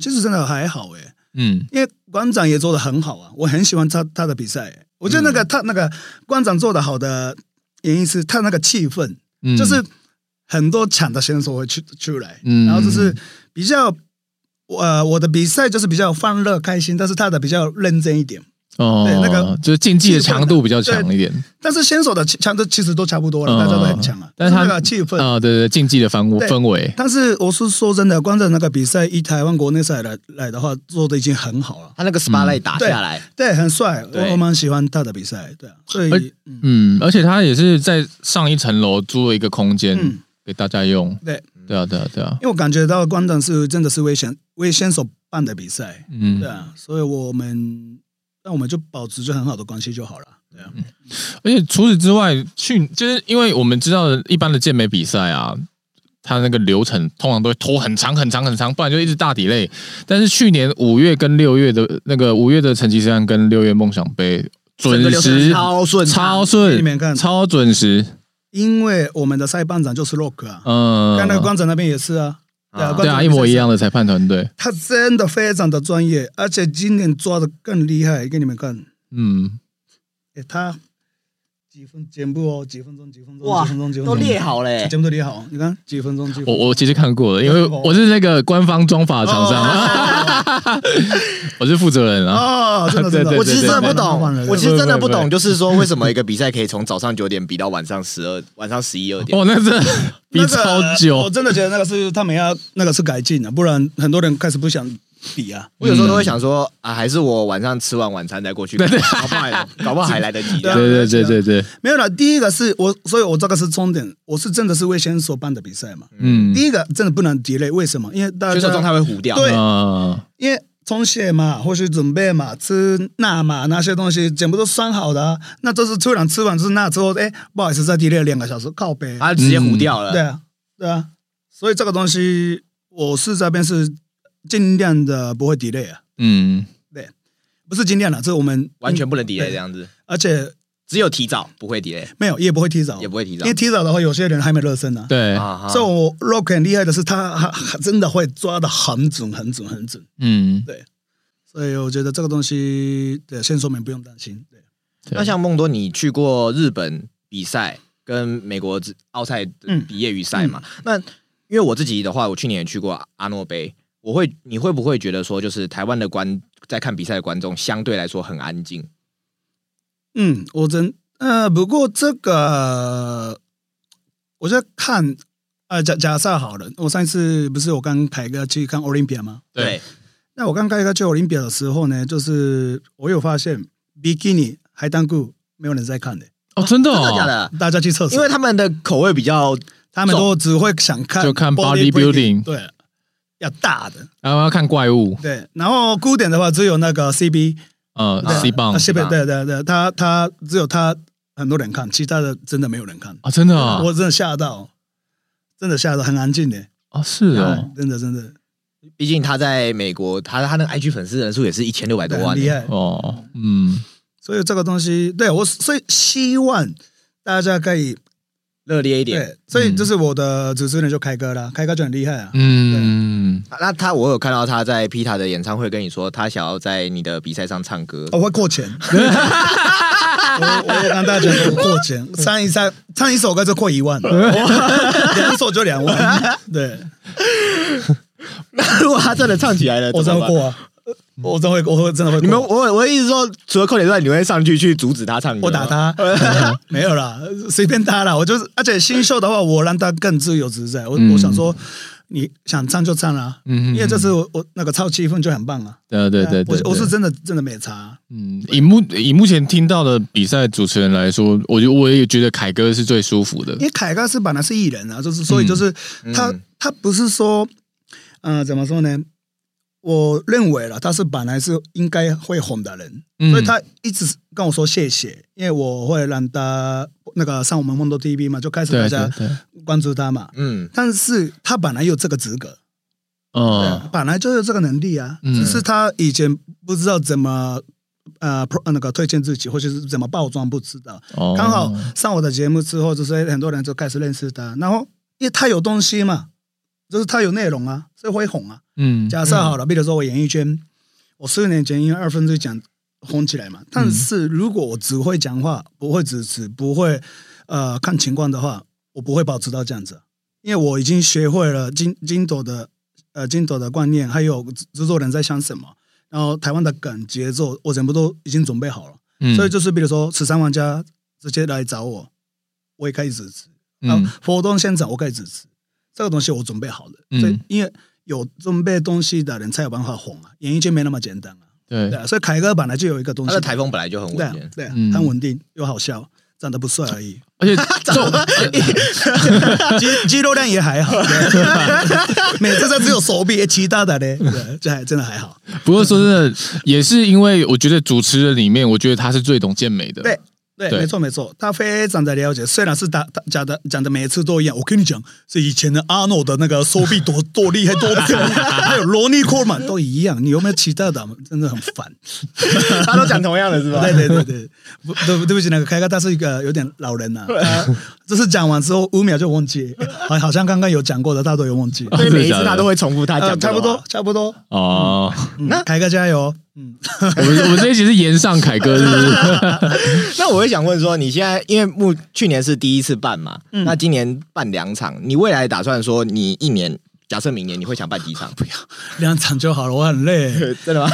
Speaker 2: 其实真的还好欸诶、
Speaker 1: 嗯
Speaker 2: 因为馆长也做的很好啊，我很喜欢他他的比赛欸、我觉得那
Speaker 1: 嗯
Speaker 2: 个、他那个馆长做的好的原因是他那个气氛，
Speaker 1: 嗯，
Speaker 2: 就是很多抢的选手会出出来，
Speaker 1: 嗯
Speaker 2: 然后就是比较呃我的比赛就是比较欢乐开心，但是他的比较认真一点，
Speaker 1: 哦，
Speaker 2: 对那个
Speaker 1: 就是竞技的强度比较强一点
Speaker 2: 但是选手的强都其实都差不多了，大家都很强啊
Speaker 1: 嗯，但是他
Speaker 2: 那个气氛。
Speaker 1: 啊，对对，竞技的氛围
Speaker 2: 对
Speaker 1: 氛围，
Speaker 2: 但是我是说真的，光着那个比赛，以台湾国内赛来来的话，做的已经很好了，
Speaker 3: 他那个 spotlight 打
Speaker 2: 对
Speaker 3: 下来，
Speaker 2: 对，很帅，
Speaker 3: 对
Speaker 2: 我我蛮喜欢他的比赛，对啊，所以
Speaker 1: 而
Speaker 2: 嗯
Speaker 1: 嗯，而且他也是在上一层楼租了一个空间
Speaker 2: 嗯
Speaker 1: 给大家用，
Speaker 2: 对，
Speaker 1: 对啊，对啊，对啊，
Speaker 2: 因为我感觉到关灯是真的是为选为选手办的比赛，
Speaker 1: 嗯
Speaker 2: 对，啊，所以我们那我们就保持就很好的关系就好了，对啊，
Speaker 1: 而且除此之外，去就是因为我们知道的一般的健美比赛啊，它那个流程通常都会拖很长很长很长，不然就一直大底类。但是去年五月跟六月的那个五月的成吉思汗跟六月梦想杯准
Speaker 3: 整个流程
Speaker 1: 时
Speaker 3: 超顺畅
Speaker 1: 超
Speaker 2: 你
Speaker 1: 顺，
Speaker 2: 们看，
Speaker 1: 超准时。
Speaker 2: 因为我们的赛班长就是 Rock 啊，
Speaker 1: 嗯，
Speaker 2: 看那个关长那边也是啊，对啊，
Speaker 3: 啊
Speaker 2: 关
Speaker 1: 对
Speaker 2: 长
Speaker 1: 啊，
Speaker 2: 的
Speaker 1: 一模一
Speaker 2: 比赛
Speaker 1: 样的裁判团队。
Speaker 2: 他真的非常的专业，而且今年抓的更厉害，哎给你们看。
Speaker 1: 嗯，
Speaker 2: 给他几分全部哦，几分钟，几分钟，
Speaker 3: 哇
Speaker 2: 几分钟，几分
Speaker 3: 都
Speaker 2: 钟，
Speaker 3: 列好哎嘞、
Speaker 2: 全部都列好。你看几分钟，几分
Speaker 1: 我
Speaker 2: 钟
Speaker 1: 我其实看过了，因为
Speaker 2: 哦
Speaker 1: 我是那个官方装法厂商， 我是负责人啊。
Speaker 2: 哦，真的真
Speaker 1: 对对对
Speaker 2: 的，
Speaker 3: 我其实真的
Speaker 1: 对
Speaker 2: 忘
Speaker 3: 不
Speaker 2: 了忘了
Speaker 3: 懂，我其
Speaker 1: 对
Speaker 3: 实真的不
Speaker 1: 对对
Speaker 3: 懂，就是说为什么一个比赛可以从早上九点比到晚上十二、晚上十一二点？
Speaker 1: 哦，那真的比
Speaker 2: 那个哦
Speaker 1: 超
Speaker 2: 我
Speaker 1: 久。
Speaker 2: 真的觉得那个是他们要那个是改进啊的，不然很多人开始不想比啊。
Speaker 3: 我有时候都会想说啊，还是我晚上吃完晚餐再过去，搞不好还 搞不好还来得及。
Speaker 1: 对
Speaker 2: 对啊
Speaker 1: 对对对对，
Speaker 2: 没有啦，第一个是我，所以我这个是重点，我是真的是为选手办的比赛嘛。
Speaker 1: 嗯
Speaker 2: 第一个真的不能 delay，为什么？因为大
Speaker 3: 选手状态
Speaker 2: 家
Speaker 3: 会糊掉。
Speaker 2: 啊对
Speaker 1: 啊，
Speaker 2: 因为充血嘛，或是准备嘛，吃钠嘛，那些东西全部都算好的、啊。那这是突然吃完吃钠之后，哎，不好意思，再 delay 两个小时，靠背。
Speaker 3: 他直接糊掉了。
Speaker 2: 对啊，对啊，所以这个东西我是这边是尽量的不会 delay 啊，
Speaker 1: 嗯，
Speaker 2: 不是尽量的，这我们
Speaker 3: 完全不能 delay
Speaker 2: 对
Speaker 3: 这样子，
Speaker 2: 而且
Speaker 3: 只有提早，不会 delay，
Speaker 2: 没有也不会提早，
Speaker 3: 也不会提早
Speaker 2: 因为提早的话，有些人还没热身呢、
Speaker 1: 对，
Speaker 3: 啊哈
Speaker 2: 所以我 Rock 很厉害的是他，他真的会抓的很准、很准、很准。
Speaker 1: 嗯，
Speaker 2: 所以我觉得这个东西的先说明不用担心。对，
Speaker 3: 那像梦多，你去过日本比赛跟美国之奥赛
Speaker 2: 嗯
Speaker 3: 比业余赛嘛？那因为我自己的话，我去年也去过阿诺杯，我会你会不会觉得说，就是台湾的观在看比赛的观众相对来说很安静。
Speaker 2: 嗯，我真呃，不过这个我在看呃假假设好了，我上一次不是我跟凯哥去看 Olympia 吗？
Speaker 1: 对，
Speaker 2: 那我刚开始去 Olympia 的时候呢，就是我有发现 bikini 海滩裤没有人在看的，
Speaker 1: 哦，真的
Speaker 3: 真的
Speaker 1: 哦
Speaker 3: 假，的？
Speaker 2: 大家去厕所，
Speaker 3: 因为他们的口味比较
Speaker 2: 他们都只会想看
Speaker 1: 就看 bodybuilding
Speaker 2: 对，要大的，
Speaker 1: 然啊后要看怪物，
Speaker 2: 对。然后古典的话，只有那个 CB
Speaker 1: 呃
Speaker 3: 对
Speaker 1: ，C 棒
Speaker 2: 啊西北
Speaker 3: CB
Speaker 2: 对对对，他他只有他很多人看，其他的真的没有人看，
Speaker 1: 啊，真的啊，
Speaker 2: 我真的吓到，真的吓到，很安静的，哎
Speaker 1: 哦，是哦，
Speaker 2: 真的真的
Speaker 3: 毕竟他在美国，他他那个 IG 粉丝人数也是一千六百多万
Speaker 2: 很
Speaker 3: 呢，
Speaker 2: 厉害。
Speaker 1: 哦，嗯，
Speaker 2: 所以这个东西，对我所以希望大家可以
Speaker 3: 热烈一点。
Speaker 2: 对，所以就是我的主持人就凯哥啦，凯哥就很厉害啊。
Speaker 1: 嗯，
Speaker 3: 啊那他我有看到他在 Pita 的演唱会跟你说，他想要在你的比赛上唱歌。
Speaker 2: 哦我会 过钱。我我有跟大家讲，我过钱，唱一唱唱一首歌就过一 万，两首就两万。 对，
Speaker 3: 那如果他真的唱起来了，
Speaker 2: 我
Speaker 3: 怎
Speaker 2: 真的
Speaker 3: 么办
Speaker 2: 会。过啊，我真的会，我会真的会过。
Speaker 3: 你们我我一直说，除了扣点之外，你会上去去阻止他唱歌？
Speaker 2: 我 打。他，没有啦，随便他啦。我就是，而且新秀的话，我让他更自由自在。我、
Speaker 1: 嗯
Speaker 2: 我想说，你想唱就唱啊，
Speaker 1: 嗯
Speaker 2: 因为这次我我那个超气氛就很棒啊。
Speaker 1: 对对对对，
Speaker 2: 我我是
Speaker 1: 对
Speaker 2: 真的真的没差啊、
Speaker 1: 嗯，以目以目前听到的比赛主持人来说，我就我也觉得凯哥是最舒服的
Speaker 2: 因，为凯哥是本来是艺人啊，就是所以就是、他
Speaker 3: 嗯
Speaker 2: 他不是说，嗯、怎么说呢？我认为了他是本来是应该会红的人，
Speaker 1: 嗯
Speaker 2: 所以他一直跟我说谢谢，因为我会让他那个上我们梦多 TV 嘛，就开始大
Speaker 1: 对对
Speaker 2: 家
Speaker 1: 对，
Speaker 2: 关注他嘛。
Speaker 3: 嗯，
Speaker 2: 但是他本来有这个资格，
Speaker 1: 嗯
Speaker 2: 本来就有这个能力啊，
Speaker 1: 嗯
Speaker 2: 只是他以前不知道怎么呃 pro- 那个推荐自己，或者是怎么包装不知道。
Speaker 1: 哦，
Speaker 2: 刚好上我的节目之后，就是很多人就开始认识他，然后因为他有东西嘛，就是他有内容啊，所以会红啊。
Speaker 1: 嗯
Speaker 2: 假设好了，比如说我演艺圈，我四年前因为二分之一讲红起来嘛，但是如果我只会讲话，不会主持，不会呃看情况的话，我不会保持到这样子，啊因为我已经学会了金金斗的呃金斗的观念，还有制制作人在想什么，然后台湾的梗节奏，我全部都已经准备好了，
Speaker 1: 嗯
Speaker 2: 所以就是比如说十三玩家直接来找我，我也可以支持。啊
Speaker 1: 嗯，
Speaker 2: 活动现场我可以支持，这个东西我准备好了。
Speaker 1: 嗯
Speaker 2: 所以因为有准备东西的人才有办法红啊，演艺圈没那么简单啊。
Speaker 1: 对
Speaker 2: 对啊，所以凯哥本来就有一个东
Speaker 3: 他
Speaker 2: 西
Speaker 3: 的，台风本来就很
Speaker 2: 对
Speaker 3: 稳
Speaker 2: 啊
Speaker 3: 健，
Speaker 2: 对啊
Speaker 1: 嗯，
Speaker 2: 很稳定又好笑，长得不帅而已，
Speaker 1: 而且呃重
Speaker 2: 肌肌肉量也还好，对 啊每次都只有手臂，其他的嘞，对这还真的还好。
Speaker 1: 不过说真的，也是因为我觉得主持人里面，我觉得他是最懂健美的。
Speaker 2: 对对，
Speaker 1: 对
Speaker 2: 没错没错，他非常的了解。虽然是打打讲的讲的每一次都一样，我跟你讲，是以前的阿诺的那个手臂多多厉害多漂亮，还有罗尼科曼都一样。你有没有其他的？真的很烦。
Speaker 3: 他都讲同样的是吧？
Speaker 2: 对对对对，不对对不起，那个开哥他是一个有点老人呐、啊，他就是讲完之后五秒就忘记，好好像刚刚有讲过的他都有忘记。
Speaker 1: 对
Speaker 3: 所以每一次
Speaker 1: 真的假的
Speaker 3: 他都会重复他
Speaker 2: 呃
Speaker 3: 讲，
Speaker 2: 差不多，，差不多。
Speaker 1: 哦，
Speaker 2: 嗯，凯哥加油！嗯，
Speaker 1: 我们我们这一集是延上凯哥，是不是？
Speaker 3: 那我会想问说，你现在因为目去年是第一次办嘛，
Speaker 2: 嗯
Speaker 3: 那今年办两场，你未来打算说你一年，假设明年你会想办几 场？不要，
Speaker 2: 两场就好了，我很累。
Speaker 3: 真的吗？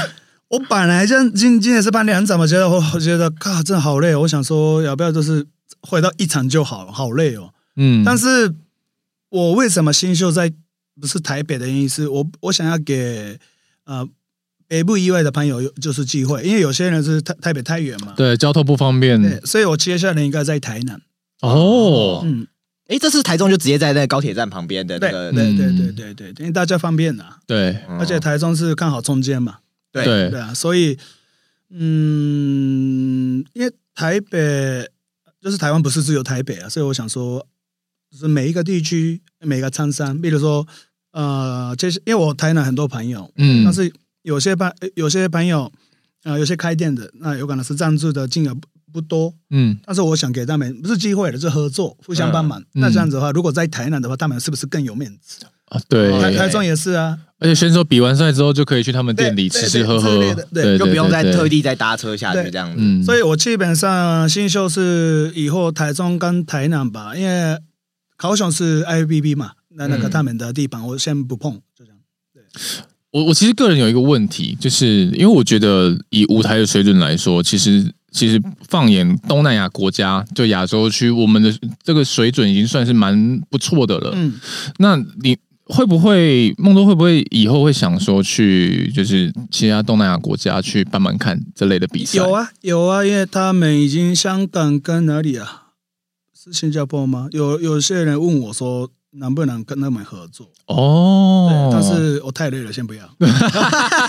Speaker 2: 我本来这样今今天是办两场嘛，觉得我我觉得靠，真的好累。我想说，要不要就是回到一场就好，好累哦。
Speaker 1: 嗯，
Speaker 2: 但是我为什么新秀在不是台北的原因是我我想要给呃北部以外的朋友有就是机会，因为有些人是台台北太远嘛，
Speaker 1: 对交通不方
Speaker 2: 对
Speaker 1: 便，
Speaker 2: 所以我接下来应该在台南。
Speaker 1: 哦，
Speaker 2: 嗯，
Speaker 3: 哎，这次台中就直接在那个高铁站旁边的那
Speaker 2: 对
Speaker 3: 个，
Speaker 2: 对对
Speaker 1: 嗯
Speaker 2: 对对对，因为大家方便呐、
Speaker 1: 对
Speaker 3: 嗯
Speaker 2: 而且台中是刚好中间嘛，
Speaker 3: 对
Speaker 1: 对
Speaker 2: 对，啊，所以，嗯，因为台北就是台湾不是只有台北啊，所以我想说，就是每一个地区、每个参山，比如说，呃，这些因为我台南很多朋友，
Speaker 1: 嗯
Speaker 2: 但是有些朋有些朋友，呃，有些开店的，那有可能是赞助的金额不不多，
Speaker 1: 嗯
Speaker 2: 但是我想给他们不是机会了，是合作，互相帮忙。那这样子的话，如果在台南的话，他们是不是更有面子？
Speaker 1: 啊对，
Speaker 3: 哦
Speaker 2: 台
Speaker 3: 对
Speaker 2: 台中也是啊，
Speaker 1: 而且选手比完赛之后就可以去他们店里
Speaker 2: 对
Speaker 1: 吃吃喝
Speaker 2: 对
Speaker 1: 喝
Speaker 2: 对之类的，对
Speaker 1: 对，
Speaker 3: 就不用再
Speaker 1: 对
Speaker 3: 特，地再搭车下去
Speaker 2: 对
Speaker 3: 这样
Speaker 1: 对
Speaker 3: 子。
Speaker 1: 嗯，
Speaker 2: 所以我基本上新秀是以后台中跟台南吧，因为高雄是 IBB 嘛，那那个
Speaker 3: 嗯
Speaker 2: 他们的地盘我先不碰，就这样。
Speaker 1: 我我其实个人有一个问题，就是因为我觉得以舞台的水准来说，其实其实放眼东南亚国家，就亚洲区，我们的这个水准已经算是蛮不错的了。
Speaker 2: 嗯，
Speaker 1: 那你会不会梦多会不会以后会想说去就是其他东南亚国家去办办看这类的比赛？
Speaker 2: 有啊有啊，因为他们已经香港跟哪里啊？是新加坡吗？有有些人问我说，能不能跟他们合作？
Speaker 1: 哦
Speaker 2: 对，，但是我太累了，先 不要，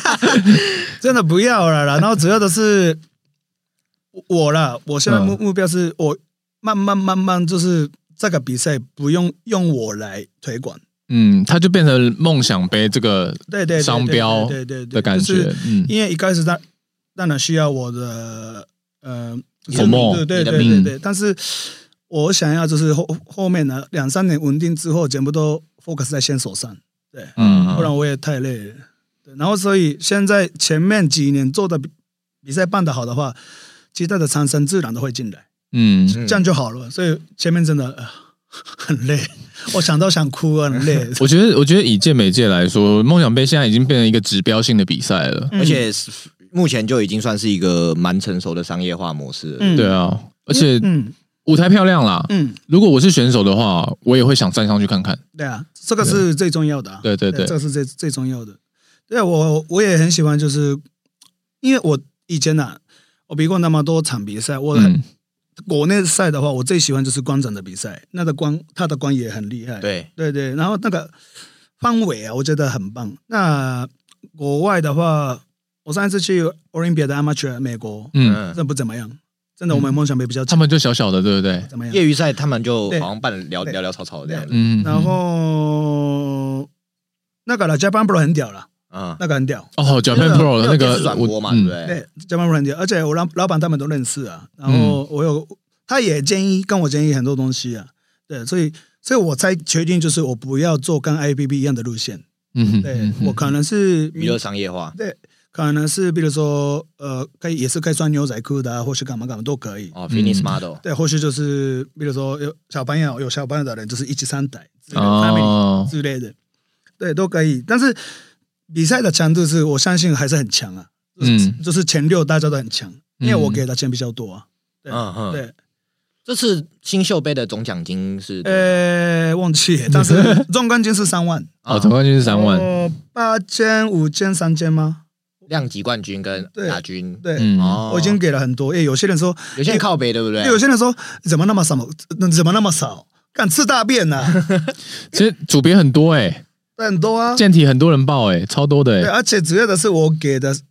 Speaker 2: 真的不要了啦。然后主要的是我啦，我现在
Speaker 1: 嗯
Speaker 2: 目目标是我慢慢慢慢就是这个比赛不用用我来推广，
Speaker 1: 嗯，它就变成梦想杯这个
Speaker 2: 对对对对
Speaker 1: 商标
Speaker 2: 对对对
Speaker 1: 的感，
Speaker 2: 对就
Speaker 1: 觉
Speaker 2: 是，
Speaker 1: 嗯，
Speaker 2: 因为一开始当当然需要我的呃
Speaker 1: 的梦
Speaker 2: 对对
Speaker 3: 你的
Speaker 2: 对对
Speaker 1: 命
Speaker 2: 对，但是我想要就是后后面呢两三年稳定之后，全部都 focus 在先手上，对，
Speaker 1: 嗯
Speaker 2: 不然我也太累了。对，然后所以现在前面几年做的比比赛办得好的话，其他的参赛自然都会进来，
Speaker 1: 嗯，
Speaker 3: 嗯
Speaker 2: 这样就好了。所以前面真的、呃、很累，我想到想哭，啊很累。
Speaker 1: 我觉得，我觉得以健美界来说，梦想杯现在已经变成一个指标性的比赛了。
Speaker 2: 嗯
Speaker 3: 而且是目前就已经算是一个蛮成熟的商业化模式了。
Speaker 2: 嗯
Speaker 1: 对啊，而且
Speaker 2: 嗯
Speaker 1: 舞台漂亮啦。
Speaker 2: 嗯，
Speaker 1: 如果我是选手的话，我也会想站上去看看。
Speaker 2: 对啊，这个是最重要的、啊。
Speaker 1: 对对对
Speaker 2: 这个是最最重要的。对啊我我也很喜欢，就是因为我以前啊，我比过那么多场比赛，我很
Speaker 1: 嗯
Speaker 2: 国内赛的话，我最喜欢就是观展的比赛，那个观他的观也很厉害。
Speaker 3: 对，
Speaker 2: 对对，然后那个方伟啊，我觉得很棒。那国外的话，我上一次去 Olympia 的 Amateur 美国，
Speaker 1: 嗯，
Speaker 2: 真
Speaker 3: 嗯，
Speaker 2: 的不怎么样，真的我们梦想杯比较
Speaker 1: 他
Speaker 2: 强，
Speaker 1: 们就小小的，对不对？
Speaker 2: 怎么样？
Speaker 3: 业余赛他们就
Speaker 2: 对
Speaker 3: 好像办得聊
Speaker 2: 对
Speaker 3: 聊聊吵吵的这样子。
Speaker 1: 嗯，
Speaker 2: 然后那个了，Japan Pro 很屌了，
Speaker 3: 嗯，
Speaker 2: 那个很屌，
Speaker 1: 哦，Japan
Speaker 3: 那个
Speaker 1: Pro
Speaker 3: 那
Speaker 1: 的那
Speaker 3: 个电
Speaker 1: 个
Speaker 3: 视转播嘛，
Speaker 1: 我嗯
Speaker 3: 对不对？
Speaker 2: 对，Japan Pro 很屌，而且我老老板他们都认识啊。然后
Speaker 1: 嗯
Speaker 2: 我有他也建议跟我建议很多东西啊，对，所以所以我才决定就是我不要做跟 IPB 一样的路线，
Speaker 1: 嗯哼，
Speaker 2: 对
Speaker 1: 嗯哼
Speaker 2: 我可能是
Speaker 3: 娱乐商业化，
Speaker 2: 对，可能是比如说呃，可以也是可以穿牛仔裤的、啊，或是干嘛干嘛都可以。
Speaker 3: 哦
Speaker 1: 嗯
Speaker 3: ，Fitness Model，
Speaker 2: 对，或许就是比如说有小朋友有小朋友的人，就是一起三代之类的、
Speaker 1: 哦
Speaker 2: family 之类的，对，都可以。但是比赛的强度是我相信还是很强啊，就是、
Speaker 1: 嗯
Speaker 2: 就是前六大家都很强，因为我
Speaker 1: 嗯
Speaker 2: 给的钱比较多啊。对
Speaker 3: 嗯嗯，
Speaker 2: 对，
Speaker 3: 这次新秀杯的总奖金是多少
Speaker 2: 呃，忘记了，但是总冠军是三万，
Speaker 3: 啊
Speaker 1: 哦，总冠军是嗯三万，
Speaker 2: 呃，八千、五千、三千吗？
Speaker 3: 量级冠军跟
Speaker 2: 对
Speaker 3: 亚军，
Speaker 2: 对，
Speaker 1: 嗯，
Speaker 3: 哦
Speaker 2: 我已经给了很多。因为有些人说
Speaker 3: 有些人靠北，对不对
Speaker 2: 因为？有些人说怎么那么少，怎么那么少？敢吃大便呢、
Speaker 1: 其实组别很多哎，
Speaker 2: 很多啊。
Speaker 1: 健体很多人报哎，超多的
Speaker 2: 对，
Speaker 3: 啊
Speaker 1: 哎，
Speaker 2: 而且主要的是我给的商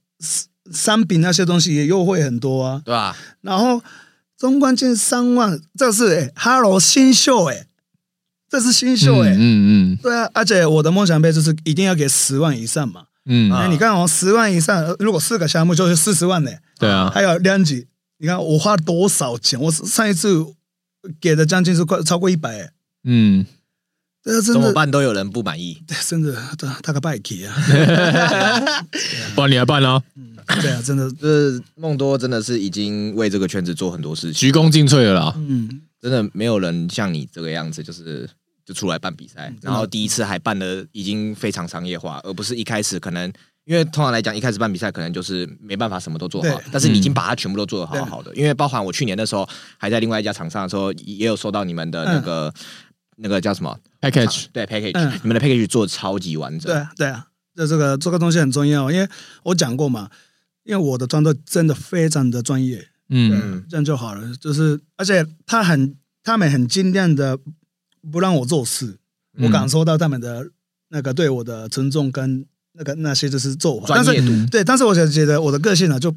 Speaker 2: 商品那些东西也优惠很多啊。
Speaker 3: 对吧？
Speaker 2: 然后中冠军三万，这是哎、哈喽新秀哎、这是新秀
Speaker 3: 欸
Speaker 2: 哎、
Speaker 1: 嗯嗯
Speaker 2: 对啊，而且我的梦想杯就是一定要给十万以上嘛。
Speaker 1: 嗯
Speaker 2: 那、
Speaker 1: 嗯，
Speaker 3: 啊
Speaker 2: 你看哦，十万以上，呃如果四个项目就是四十万呢、
Speaker 1: 对啊，
Speaker 2: 还有量级，你看我花多少钱？我上一次给的将近是快超过一百、欸，
Speaker 1: 嗯，
Speaker 2: 这真
Speaker 3: 怎
Speaker 2: 的
Speaker 3: 么办都有人不满意，
Speaker 2: 真的，他他个败气啊！
Speaker 1: 不然你来办啦，
Speaker 3: 嗯
Speaker 2: 对啊，真的，
Speaker 3: 这梦多真的是已经为这个圈子做很多事情，
Speaker 1: 鞠躬尽瘁了啦，
Speaker 2: 嗯，
Speaker 3: 真的没有人像你这个样子，就是就出来办比赛，
Speaker 2: 真的
Speaker 3: 然后第一次还办的已经非常商业化，而不是一开始可能。因为通常来讲，一开始办比赛可能就是没办法什么都做好
Speaker 2: 对，
Speaker 3: 但是你已经把它全部都做得好好的。因为包含我去年的时候，还在另外一家厂商的时候，也有收到你们的那个、那个叫什么啊
Speaker 1: package，
Speaker 3: 对 package，、
Speaker 2: 嗯
Speaker 3: 你们的 package 做得超级完整
Speaker 2: 对。啊，对啊，这这个这个东西很重要，因为我讲过嘛，因为我的团队真的非常的专业，
Speaker 1: 嗯
Speaker 3: 嗯
Speaker 2: 这样就好了。就是而且他很，他们很尽量的不让我做事，
Speaker 1: 嗯
Speaker 2: 我感受到他们的那个对我的尊重跟那个那些就是做法，但
Speaker 3: 专业
Speaker 2: 是
Speaker 3: 度
Speaker 1: 嗯
Speaker 2: 对，但是我就觉得我的个性呢、啊就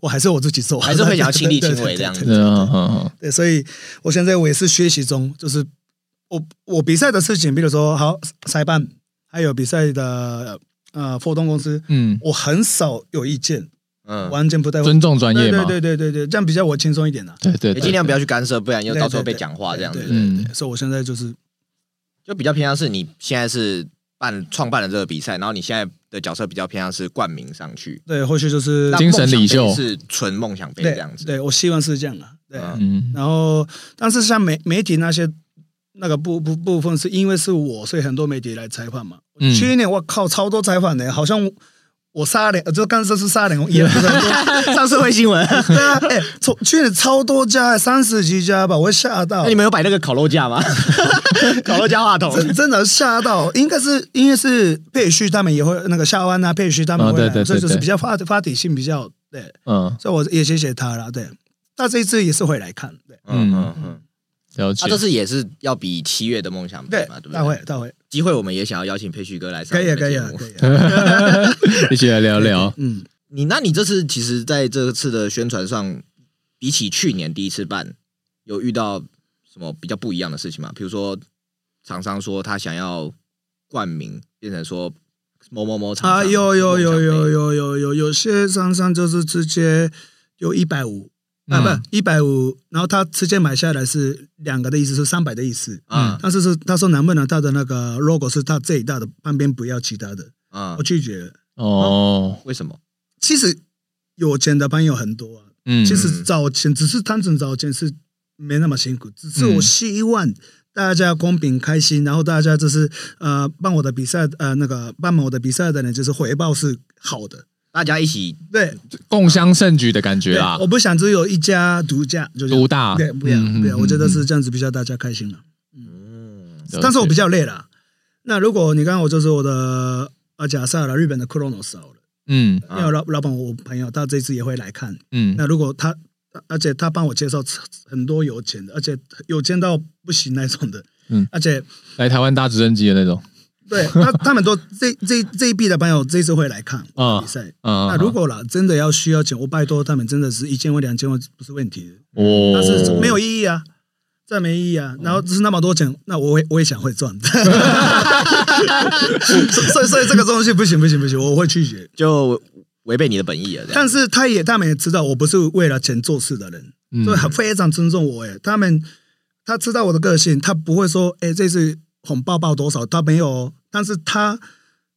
Speaker 2: 我还是我自己做，
Speaker 3: 还 是会想要亲力亲为这样
Speaker 2: 对
Speaker 3: 子
Speaker 2: 对对对对对
Speaker 1: 嗯嗯
Speaker 2: 对，所以我现在我也是学习中，就是我我比赛的事情，比如说好裁判，还有比赛的呃活动公司，
Speaker 1: 嗯，
Speaker 2: 我很少有意见，
Speaker 3: 嗯，
Speaker 2: 完全不太会。
Speaker 1: 尊重专业
Speaker 2: 对
Speaker 1: 嘛，
Speaker 2: 对对哎对对对，这样比较我轻松一点啦。
Speaker 1: 对对
Speaker 3: 也
Speaker 1: 对，
Speaker 3: 尽量不要去干涉，不然又
Speaker 2: 对
Speaker 3: 到时候
Speaker 2: 对
Speaker 3: 被
Speaker 2: 对
Speaker 3: 讲话这样
Speaker 2: 对
Speaker 3: 子。
Speaker 2: 对对
Speaker 1: 嗯
Speaker 2: 对所以我现在就是
Speaker 3: 就比较偏向是你现在是办创办了这个比赛，然后你现在的角色比较偏向是冠名上去，
Speaker 2: 对，或许就是
Speaker 3: 那
Speaker 1: 精神领袖
Speaker 3: 梦想杯是纯梦想杯
Speaker 2: 对
Speaker 3: 这样子。
Speaker 2: 对，我希望是这样啦。对，
Speaker 3: 嗯
Speaker 1: 嗯
Speaker 2: 然后但是像媒媒体那些那个部部部分是因为是我，所以很多媒体来采访嘛。
Speaker 1: 嗯
Speaker 2: 去年我靠，超多采访的，好像我我杀脸，呃就刚这是杀脸红，也不是很多。
Speaker 3: 上社会 新闻。
Speaker 2: 对啊，哎、从去年超多家，三十几家吧，我吓到
Speaker 3: 那你。们有摆那个烤肉架吗？ 烤肉架话筒，
Speaker 2: 真真的吓到，应该是因为是佩旭他们也会那个夏湾啊，佩旭他们
Speaker 1: 哦
Speaker 2: 会来，
Speaker 1: 对对对
Speaker 2: 所以就是
Speaker 1: 对
Speaker 2: 比较发发底性比较对，
Speaker 1: 嗯，
Speaker 2: 所以我也谢谢他了，对。那这一次也是会来看，对
Speaker 1: 嗯嗯
Speaker 3: 嗯，
Speaker 1: 了
Speaker 3: 他
Speaker 2: 啊
Speaker 1: 解
Speaker 3: 这。次也是要比七月的梦想杯
Speaker 2: 对
Speaker 3: 嘛，对，不
Speaker 2: 大会
Speaker 3: 对？
Speaker 2: 大会
Speaker 3: 机会我们也想要邀请佩旭哥来上
Speaker 2: 可
Speaker 3: 我
Speaker 2: 以啊
Speaker 3: 们
Speaker 2: 可以
Speaker 3: 的
Speaker 2: 啊
Speaker 3: 节目
Speaker 2: 可。以啊，
Speaker 1: 一起来聊 聊。
Speaker 2: 嗯，
Speaker 3: 你那你这次其实在这次的宣传上，比起去年第一次办，有遇到什么比较不一样的事情吗？比如说厂商说他想要冠名变成说某某某厂商
Speaker 2: 啊，有有有有
Speaker 3: 有，
Speaker 2: 有有有有些商商就是直接有一百五啊，
Speaker 1: 嗯
Speaker 2: 不一百五，然后他直接买下来是两个的意思，是三百的意思。
Speaker 3: 啊
Speaker 2: 但是是他说能不能他的那个 logo 是他最大的，旁边不要其他的，
Speaker 3: 啊
Speaker 2: 我，拒绝了。
Speaker 1: 哦，
Speaker 3: 为什么？
Speaker 2: 其实有钱的朋友很多啊，
Speaker 1: 嗯，
Speaker 2: 其实找钱只是单纯找钱是没那么辛苦，只
Speaker 1: 嗯
Speaker 2: 是我希望大家公平开心，然后大家就是呃办我的比赛，呃那个办我的比赛的人就是回报是好的，
Speaker 3: 大家一起
Speaker 2: 对，
Speaker 1: 共襄盛举的感觉
Speaker 2: 对
Speaker 1: 啦
Speaker 2: 我，不想只有一家独家，就这样
Speaker 1: 啊独大
Speaker 2: 对，不要
Speaker 1: 嗯
Speaker 2: 不要，
Speaker 1: 嗯
Speaker 2: 我觉得
Speaker 1: 嗯
Speaker 2: 是这样子比较大家开心了、
Speaker 3: 嗯
Speaker 1: 了
Speaker 2: 但是我
Speaker 1: 解
Speaker 2: 比较累了。那如果你刚刚我就是我的啊，假设了日本的 Kronos 好了，
Speaker 1: 嗯
Speaker 2: 因
Speaker 3: 啊
Speaker 2: 为我老老板我朋友他这次也会来看，
Speaker 1: 嗯
Speaker 2: 那如果他，而且他帮我介绍很多有钱的，而且有钱到不行那种的，
Speaker 1: 嗯
Speaker 2: 而且
Speaker 1: 来台湾搭直升机的那种，
Speaker 2: 对他 他们都这这这一批的朋友这次会来看
Speaker 1: 啊
Speaker 2: 我的比赛。
Speaker 1: 嗯，
Speaker 2: 那如果啦，真的要需要钱，我拜托他们，真的是一千万、两千万不是问题的，
Speaker 1: 哦，
Speaker 2: 但是没有意义啊，这没意义啊。然后就是那么多钱，那我也我也想 会赚，所以所以这个东西不行不行不行，我会拒绝。
Speaker 3: 就违背你的本意了。这样
Speaker 2: 但是他也他们也知道我不是为了钱做事的人，
Speaker 1: 嗯
Speaker 2: 所以很非常尊重我诶。他们他知道我的个性，他不会说诶这次红包包多少，他没有哦。但是他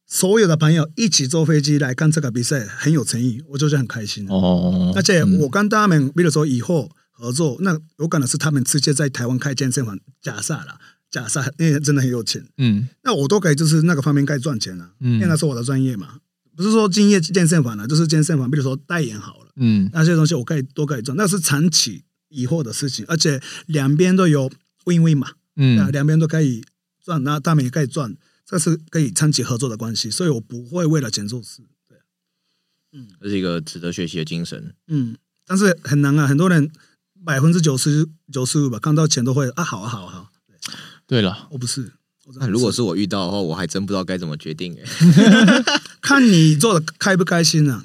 Speaker 2: 所有的朋友一起坐飞机来看这个比赛，很有诚意，我就觉得很开心。
Speaker 1: 哦，
Speaker 2: 而且
Speaker 1: 嗯
Speaker 2: 我跟他们，比如说以后合作，那有可能是他们直接在台湾开健身房，假设啦，假设因为真的很有钱，
Speaker 1: 嗯
Speaker 2: 那我都可以就是那个方面该赚钱了、啊
Speaker 1: 嗯
Speaker 2: 因为那是我的专业嘛。不是说敬业健身房了、啊就是健身房，比如说代言好了。
Speaker 1: 嗯
Speaker 2: 那些东西我可以都可以赚，那是长期以后的事情，而且两边都有 win win 嘛，啊，
Speaker 1: 嗯
Speaker 2: 两边都可以赚，那他们也可以赚，这是可以长期合作的关系，所以我不会为了钱做事，对，
Speaker 3: 这是一个值得学习的精神。
Speaker 2: 嗯，但是很难啊，很多人百分之九十九十五吧，看到钱都会啊，好啊好啊好啊，
Speaker 1: 对了，
Speaker 2: 我不是，我真的
Speaker 3: 那
Speaker 2: 不
Speaker 3: 如果是我遇到的话，我还真不知道该怎么决定、欸，
Speaker 2: 看你做的开不开心啊，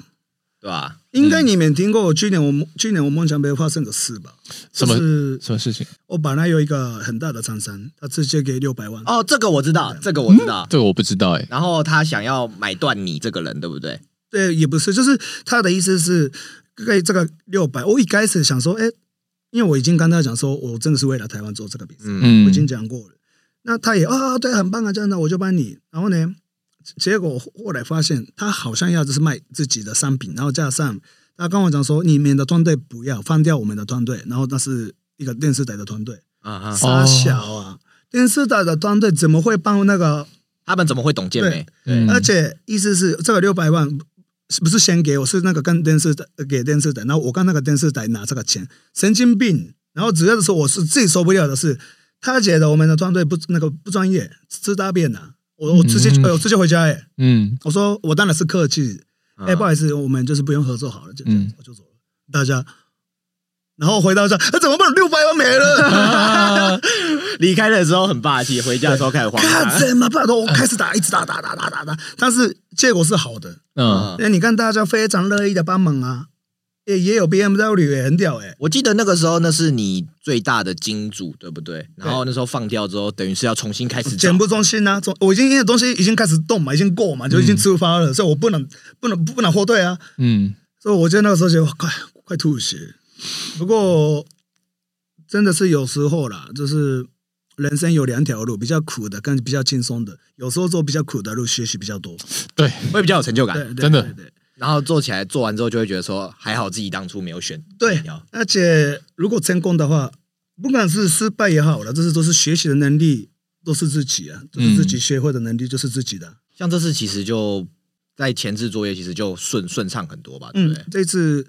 Speaker 3: 对吧？
Speaker 2: 应该你们听过我去年我梦去年我梦想杯发生的事吧？
Speaker 1: 嗯什么
Speaker 2: 就是
Speaker 1: 什么事情？
Speaker 2: 我本来有一个很大的厂商，他直接给六百万。
Speaker 3: 哦，这个我知道，嗯这个我知
Speaker 2: 啊
Speaker 3: 道。
Speaker 1: 这个我不知道哎，
Speaker 3: 然后他想要买断你这个人，对不对？
Speaker 2: 对，也不是，就是他的意思是，对这个六百，我一开始想说，哎，因为我已经跟他讲说，我真的是为了台湾做这个比赛，
Speaker 3: 嗯，
Speaker 1: 嗯
Speaker 2: 我已经讲过了。那他也啊、对，很棒啊，这样的我就帮你。然后呢，结果后来发现他好像要就是卖自己的商品，然后加上他跟我讲说，你们的团队不要放掉我们的团队，然后那是一个电视台的团队，
Speaker 3: 啊哈，
Speaker 2: 傻小啊，电视台的团队怎么会帮那个
Speaker 3: 他们怎么会懂健美？
Speaker 1: 嗯
Speaker 2: 而且意思是这个六百万是不是先给我？是那个跟电视台给电视台，然后我跟那个电视台拿这个钱，神经病。然后主要的是我是最受不了的是，他觉得我们的团队不那个不专业，吃大便呐、我我直接、
Speaker 1: 嗯
Speaker 2: 呃我直接回家哎、
Speaker 1: 嗯
Speaker 2: 我说我当然是客气，
Speaker 3: 嗯
Speaker 2: 哎、不好意思，我们就是不用合作好了，就这样、
Speaker 1: 啊嗯
Speaker 2: 我就走了，大家。然后回到家，哎，怎么办？六百万没 了，
Speaker 1: 啊，
Speaker 3: 离开的时候很霸气，回家的时候开始慌啊
Speaker 2: 看
Speaker 3: 张。
Speaker 2: 啊怎么办？我开始打，一直打，打打打打打，但是结果是好的，
Speaker 1: 嗯
Speaker 2: 哎那你看大家非常乐意的帮忙啊，也也有 BMW 也很屌哎、
Speaker 3: 我记得那个时候那是你最大的金主，对不对？然后那时候放掉之后，等于是要重新开始找
Speaker 2: 剪布中心啊，总我已经因为东西已经开始动嘛，已经过嘛，就已经出发了，所以我不能不能不能后退啊，
Speaker 1: 嗯
Speaker 2: 所以我觉得那个时候觉得哇 快快吐血。不过真的是有时候啦，就是人生有两条路，比较苦的跟比较轻松的，有时候做比较苦的路学习比较多，
Speaker 1: 对，
Speaker 3: 会比较有成就
Speaker 2: 对
Speaker 3: 感。
Speaker 2: 对
Speaker 1: 真的
Speaker 2: 对对
Speaker 3: 然后做起来，做完之后就会觉得说，还好自己当初没有选这一
Speaker 2: 对
Speaker 3: 条，
Speaker 2: 而且如果成功的话，不管是失败也好了，这是都是学习的能力，都是自己
Speaker 3: 嗯
Speaker 2: 啊，都是自己学会的能力，就是自己的。
Speaker 3: 像这次其实就在前置作业，其实就顺顺畅很多吧，对不
Speaker 2: 嗯这
Speaker 3: 对？，
Speaker 2: 次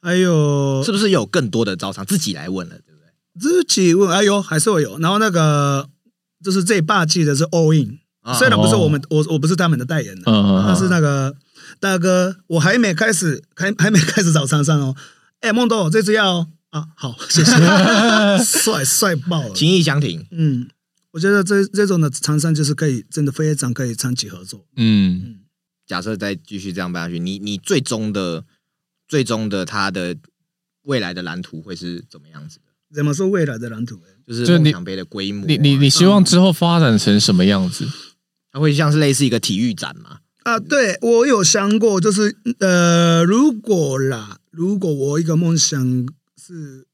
Speaker 2: 还有
Speaker 3: 是不是有更多的招商自己来问了，对不对？
Speaker 2: 自己问，哎呦，还是会有。然后那个就是最霸气的是 All In，、
Speaker 3: 啊
Speaker 2: 虽然不是我们，我我不是他们的代言人，
Speaker 1: 嗯嗯
Speaker 2: 但是那个大哥，我还没开始，还 还没开始找珊珊哦。哎，梦豆，这次要哦啊，好，谢 谢，帅帅爆了。
Speaker 3: 情意相挺，
Speaker 2: 嗯，我觉得这这种的厂商就是可以，真的非常可以长期合作。
Speaker 1: 嗯
Speaker 3: 假设再继续这样办下去，你你最终的最终的他的未来的蓝图会是怎么样子的？
Speaker 2: 怎么说未来的蓝图？
Speaker 3: 就是
Speaker 1: 就你
Speaker 3: 梦想杯的规模啊，
Speaker 1: 你你你希望之后发展成什么样子？
Speaker 3: 它会像是类似一个体育展嘛？
Speaker 2: 啊，对我有想过，就是呃，如果啦，如果我一个梦想是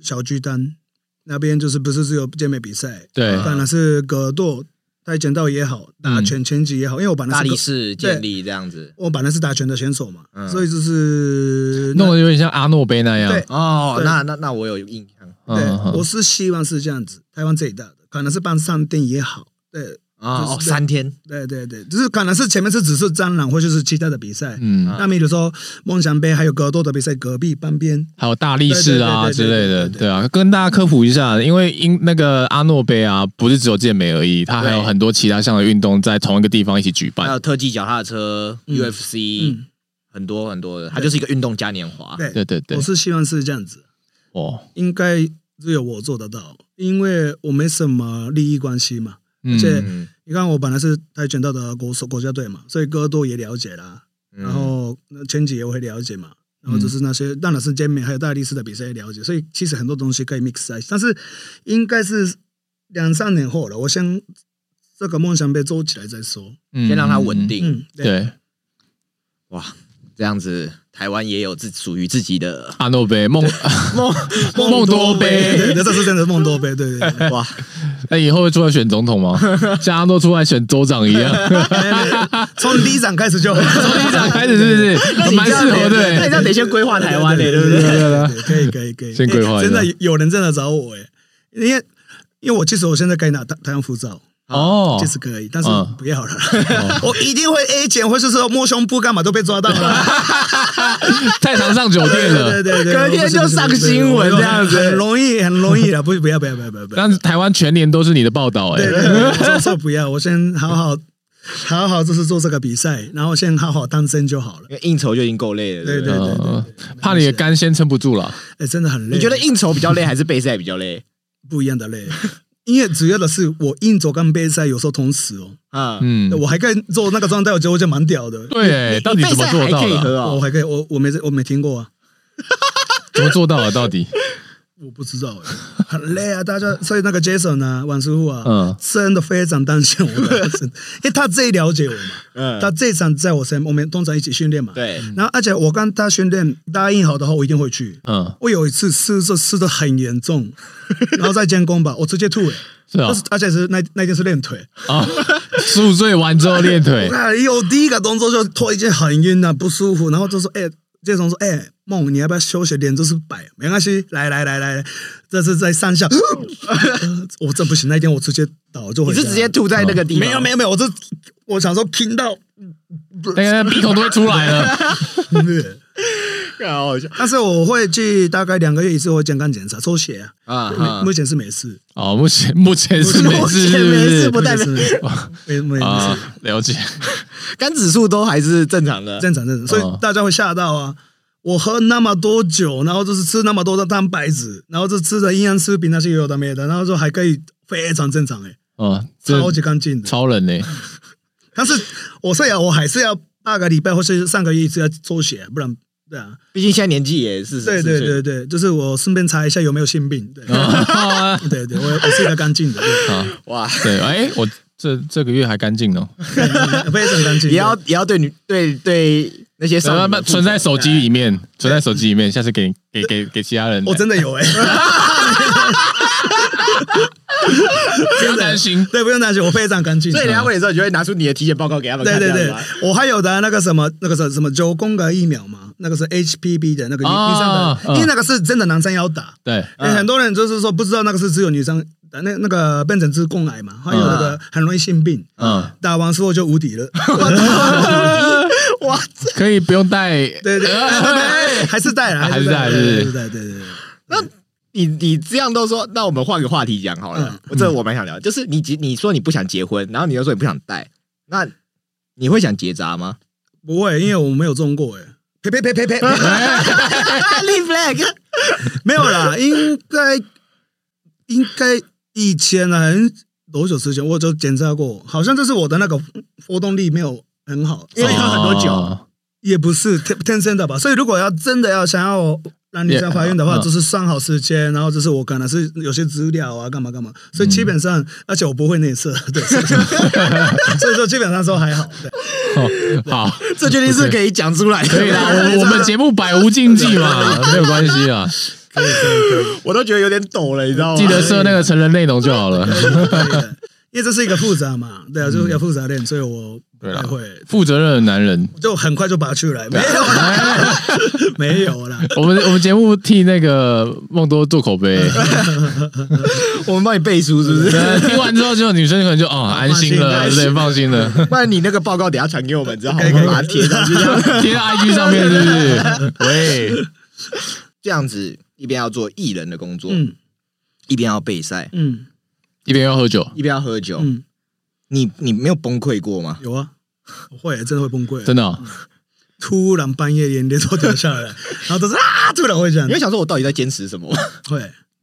Speaker 2: 小巨蛋那边，就是不是只有健美比赛，
Speaker 1: 对，
Speaker 3: 啊
Speaker 2: 当然是格斗、跆拳道也好，打拳、拳击也好，因为我本来
Speaker 3: 大
Speaker 2: 是
Speaker 3: 力
Speaker 2: 个
Speaker 3: 士建立这样子
Speaker 2: 我本来是打拳的选手嘛，
Speaker 3: 嗯
Speaker 2: 所以就是
Speaker 1: 弄得有点像阿诺杯那样。
Speaker 2: 对
Speaker 3: 哦，
Speaker 2: 对
Speaker 3: 那那那我有印象
Speaker 1: 嗯
Speaker 2: 对，
Speaker 1: 嗯
Speaker 2: 我是希望是这样子，台湾这一代的，可能是办上店也好，对
Speaker 3: 啊，哦
Speaker 2: 就是
Speaker 3: 三天
Speaker 2: 对对对，就是可能是前面是只是蟑螂或者是其他的比赛，
Speaker 1: 嗯，
Speaker 2: 那比如说梦想杯还有格斗的比赛，隔壁半边
Speaker 1: 还有大力士啊
Speaker 2: 对
Speaker 1: 之
Speaker 2: 对对
Speaker 1: 类的，
Speaker 2: 对对对
Speaker 1: 对啊，跟大家科普一下，因为因那个阿诺杯啊，不是只有健美而已，它还有
Speaker 3: 对
Speaker 1: 很多其他项的运动在同一个地方一起举
Speaker 3: 还
Speaker 1: 办
Speaker 2: 啊
Speaker 3: 有。特技脚踏车、
Speaker 2: 嗯
Speaker 3: UFC，
Speaker 2: 嗯
Speaker 3: 很多很多的，它就是一个运动嘉年华。
Speaker 2: 对
Speaker 1: 对对对
Speaker 2: 我，是希望是这样子，
Speaker 1: 哦，
Speaker 2: 应该只有我做得到，因为我没什么利益关系嘛。
Speaker 1: 嗯
Speaker 2: 且
Speaker 3: 嗯，
Speaker 2: 你看，我本来是跆拳道的国手国家队嘛，所以格斗也了解啦，
Speaker 3: 嗯
Speaker 2: 然后呃那拳击也会了解嘛，然后就是那些当然是健美还有大力士的比赛也了解，所以其实很多东西可以 mix 在一起，但是应该是两三年后了，我先这个梦想被做起来再说。
Speaker 1: 嗯
Speaker 3: 先让它稳。定。
Speaker 2: 嗯，
Speaker 1: 嗯嗯对，
Speaker 3: 哇，这样子台湾也有自属于自 己的
Speaker 1: 阿诺杯梦，
Speaker 3: 梦
Speaker 1: 梦多杯
Speaker 2: 对，对这是真的是梦多杯，对对对。
Speaker 3: 哇，
Speaker 1: 那以后会出来选总统吗？像阿诺出来选州长一 样，
Speaker 2: 从第一场开始就从第
Speaker 1: 市长开始是 不是蛮适合的
Speaker 3: 那你
Speaker 1: 欸？
Speaker 3: 这样得先规划台湾嘞，对不对？
Speaker 2: 对？可以可以可以，
Speaker 1: 先规划一下
Speaker 2: 真的有人真的找我哎，因为因为我其实我现在可以拿台台湾护照。
Speaker 1: 哦
Speaker 2: 其，实可以，但是
Speaker 3: 哦
Speaker 1: 嗯
Speaker 2: 不要了啦。 我一定会 A 减，或是说摸胸部干嘛都被抓到 了。
Speaker 1: 太常上酒店
Speaker 2: 对
Speaker 1: 了。
Speaker 2: 对对，
Speaker 3: 隔天就上新闻这样子
Speaker 2: 很容易很容易的，不不要不要不要不要不 要。
Speaker 1: 但是台湾全年都是你的报道，哎
Speaker 2: 对，对对，我说说不要，我先好好好好就是做这个比赛，然后先好好当真就好了。
Speaker 3: 因为应酬就已经够累了。
Speaker 2: 对
Speaker 3: 不
Speaker 2: 对对对
Speaker 1: 嗯，怕你的肝先撑不住了。
Speaker 2: 哎，真的很累。
Speaker 3: 你觉得应酬比较累还是备赛比较累？
Speaker 2: 不一样的累。因为主要的是我硬走跟杯赛有时候同时哦，
Speaker 3: 啊，
Speaker 1: 嗯，
Speaker 2: 我还可以做那个状态，我觉得我就蛮屌的。
Speaker 1: 对欸，到底怎么做
Speaker 3: 备赛
Speaker 1: 到
Speaker 3: 还可以
Speaker 1: 的？
Speaker 3: 喝
Speaker 2: 我
Speaker 3: 哦。
Speaker 2: 还可以，我我没我没听过啊，
Speaker 1: 怎么做到的？到底？
Speaker 2: 我不知道哎，很累啊，大家。所以那个 Jason 啊，王师傅啊，
Speaker 1: 嗯
Speaker 2: 真的非常担心我的，真的因为他最了解我嘛，
Speaker 3: 嗯，
Speaker 2: 他这场在我身，我们通常一起训练嘛。。
Speaker 3: 对，
Speaker 2: 然后而且我跟他训练答应好的话，我一定会去。
Speaker 1: 嗯，
Speaker 2: 我有一次吃这吃的很严重， 然后在监工吧，我直接吐哎，
Speaker 1: 是啊
Speaker 2: 但，是而且是那那天是练腿，
Speaker 1: 啊，宿醉完之后练 腿，
Speaker 2: 啊，有第一个动作就突然间很晕啊，不舒服，然后就说：“哎、这种说，哎、梦，你要不要休息？脸就是摆，没关系，来来来来，这是在上下， 呃我这不行，那天我直接倒就回
Speaker 3: 你
Speaker 2: 家
Speaker 3: 是直接吐在那个地方？
Speaker 2: 没有没有没有，我这我想说听 到，
Speaker 1: 那个鼻孔都会出来 了。
Speaker 3: 有，好好笑
Speaker 2: 但是我会去大概两个月一次，我健康检查抽血啊，
Speaker 3: 啊
Speaker 2: 目、
Speaker 3: 哈
Speaker 2: 目前是没事，
Speaker 1: 哦，目前目前是没事，是
Speaker 3: 目前没事
Speaker 1: 是
Speaker 3: 不代表
Speaker 2: 目前是 没没没没事，
Speaker 1: 啊？了解，
Speaker 3: 肝指数都还是正常的。
Speaker 2: 正常正常，所以大家会吓到啊。我喝那么多酒，然后就是吃那么多的蛋白质，然后就吃的营养食品那些有的没的，然后就还可以非常正常哎、
Speaker 1: 哦，这
Speaker 2: 超级干净的。
Speaker 1: 超人 呢？
Speaker 2: 但是我虽然我还是要半个礼拜或是上个月一次要抽血，不然对啊，
Speaker 3: 毕竟现在年纪也是
Speaker 2: 对对对，对，就是我顺便查一下有没有性 病，对、
Speaker 1: 啊，
Speaker 2: 对对，我我是一个干净的，对
Speaker 1: 好
Speaker 3: 哇，
Speaker 1: 对，哎，我这这个月还干净哦，
Speaker 2: 非常干净。
Speaker 3: 也要也要对女对对那些上女
Speaker 1: 慢
Speaker 3: 的
Speaker 1: 慢
Speaker 3: 负责
Speaker 1: 呃存在手机里面，存在手机里面，
Speaker 2: 欸
Speaker 1: 下次给给给给其他人。
Speaker 2: 我真的有哎、
Speaker 1: 不要担心，
Speaker 2: 对，不用担心，我非常干净。
Speaker 3: 所以人家问你的时候，你就会拿出你的体检报告
Speaker 1: 哦
Speaker 3: 给他们
Speaker 2: 对
Speaker 3: 看，
Speaker 2: 对
Speaker 3: 这
Speaker 2: 对
Speaker 3: 样子吗，
Speaker 2: 我还有的那个什么那个什什么九宫格疫苗嘛，那个是 HPV 的那个女
Speaker 1: 啊
Speaker 2: 女生的，因为那个是真的男生要打，
Speaker 1: 对，
Speaker 3: 嗯
Speaker 2: 很多人就是说不知道那个是只有女生打，那那个变成子宫癌嘛，还有那个很容易性病，
Speaker 1: 嗯，
Speaker 2: 打完之后就无 敌了。哇，
Speaker 1: 可以不用带，
Speaker 2: 对 对对，还是带了，
Speaker 1: 还是带
Speaker 2: 带，
Speaker 1: 是不是
Speaker 2: 对对对对对对。
Speaker 3: 你你这样都说，那我们换个话题讲好了。我这我蛮想聊，就是你结你说你不想结婚，然后你又说你不想带，那你会想结扎吗？
Speaker 2: 不会，因为我没有中过哎。呸呸呸呸 呸！
Speaker 3: 立 flag，
Speaker 2: 没有啦，应该应该以前啊很多久之前我就检查过，好像就是我的那个活动力没有很好，
Speaker 3: 因为你喝很多酒
Speaker 1: 哦
Speaker 2: 也不是天天生的吧。所以如果要真的要想要让女生怀孕的话，
Speaker 1: Yeah，嗯
Speaker 2: 就是算好时间，然后就是我可能是有些资料啊，干嘛干嘛。
Speaker 1: 嗯
Speaker 2: 所以基本上，而且我不会内射，对，所以就 所以说基本上说还好。对
Speaker 1: 好，
Speaker 3: 这决定是可以讲出来的。
Speaker 1: 可以啦，我我们节目百无禁忌嘛，没有关系啊，
Speaker 3: 我都觉得有点抖了，你知道吗？
Speaker 1: 记得设那个成人内容就好了。
Speaker 2: 哦 对的因为这是一个复杂嘛，对啊，就是要复杂恋，所以我不
Speaker 1: 对啦
Speaker 2: 太会，
Speaker 1: 负责任的男人，
Speaker 2: 就很快就拔出来，没有啦，
Speaker 1: 啊
Speaker 2: 没有啦，
Speaker 1: 我们我们节目替那个梦多做口 碑，
Speaker 3: 我们帮你背书是不 是？
Speaker 1: 对听完之后，就女生可能就哦安心了，
Speaker 2: 放心
Speaker 1: 对，放心了，
Speaker 3: 不然你那个报告等一下传给我们，之后
Speaker 2: 可以
Speaker 3: 我
Speaker 2: 可以
Speaker 3: 们把它贴上去。这样
Speaker 1: 贴 到 IG 上面是不是？喂，
Speaker 3: 这样子一边要做艺人的工作，
Speaker 2: 嗯
Speaker 3: 一边要备赛，
Speaker 2: 嗯
Speaker 1: 一边要喝酒，
Speaker 3: 一边要喝
Speaker 1: 哦
Speaker 3: 酒。
Speaker 2: 嗯，
Speaker 3: 你你没有崩溃过吗？
Speaker 2: 有啊，我会真的会崩溃，啊
Speaker 1: 真的哦
Speaker 2: 突然半夜眼泪都掉下来，然后都是啊，突然会这样
Speaker 3: 你，会想说，我到底在坚持什么？
Speaker 2: 会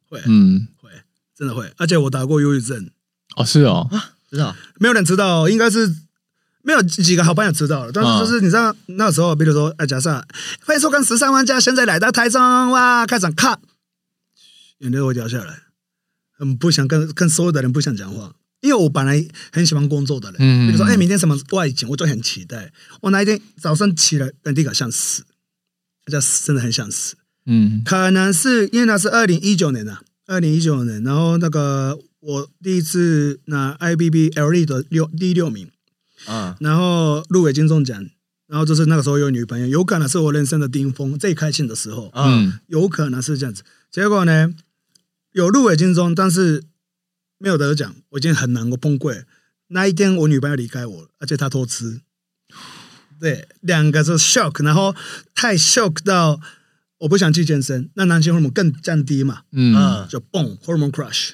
Speaker 2: 会
Speaker 1: 嗯，
Speaker 2: 会，真的会，而且我打过忧郁症，
Speaker 1: 哦是哦，
Speaker 3: 知 道？
Speaker 2: 没有人知道，应该是没有几几个好朋友知道了。但
Speaker 1: 啊
Speaker 2: 是就是你知道、那时候，比如说，哎，假设欢迎收看《十三玩家》，现在来到台中哇，开场看，眼泪会掉下来，很不想跟跟所有的人不想讲话。因为我本来很喜欢工作的人，
Speaker 1: 嗯
Speaker 2: 比如说，哎，明天什么外景，我就很期待。我那一天早上起来，本地感想死，叫死真的很想死。
Speaker 1: 嗯
Speaker 2: 可能是因为那是二零一九年啊，二零一九年，然后那个我第一次拿 IBB LE E 的六第六名，
Speaker 3: 啊，
Speaker 2: 然后入围金钟奖，然后就是那个时候有女朋友，有可能是我人生的巅峰，最开心的时候，
Speaker 1: 嗯
Speaker 2: 有可能是这样子。结果呢，有入围金钟，但是没有得奖，我已经很难过崩溃。那一天我女朋友离开我了，而且她偷吃，对，两个是 shock，然后太 shock 到我不想去健身，那男性荷尔蒙更降低嘛，
Speaker 1: 嗯，
Speaker 2: 就蹦 hormone crush，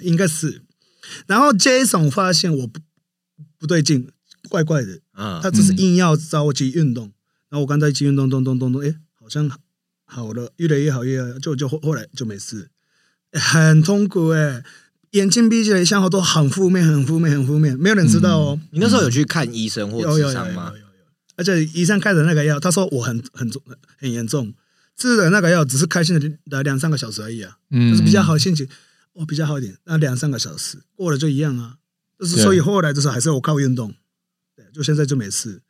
Speaker 2: 应该是。然后 Jason 发现我不不对劲，怪怪的，
Speaker 3: 嗯
Speaker 2: 他只啊是硬要找我去运动，然后我刚才去运动，动动动动，哎，好像好了，越来越好，越来越就就后后来就没事，诶很痛苦哎、眼睛闭起来，想法都很负面，很负面，很负面，没有人知道哦，
Speaker 3: 你那时候有去看医生
Speaker 2: 有
Speaker 3: 或
Speaker 2: 有有
Speaker 3: 智
Speaker 2: 有有
Speaker 3: 商吗
Speaker 2: 有？有，而且医生开的那个药，他说我很很重很严重，吃的那个药只是开心的两三个小时而已啊，
Speaker 1: 嗯
Speaker 2: 就是比较好心情，我、比较好一点，那两三个小时过了就一样啊。就是
Speaker 1: 对
Speaker 2: 所以后来就是还是我靠运动，对，就现在就没事。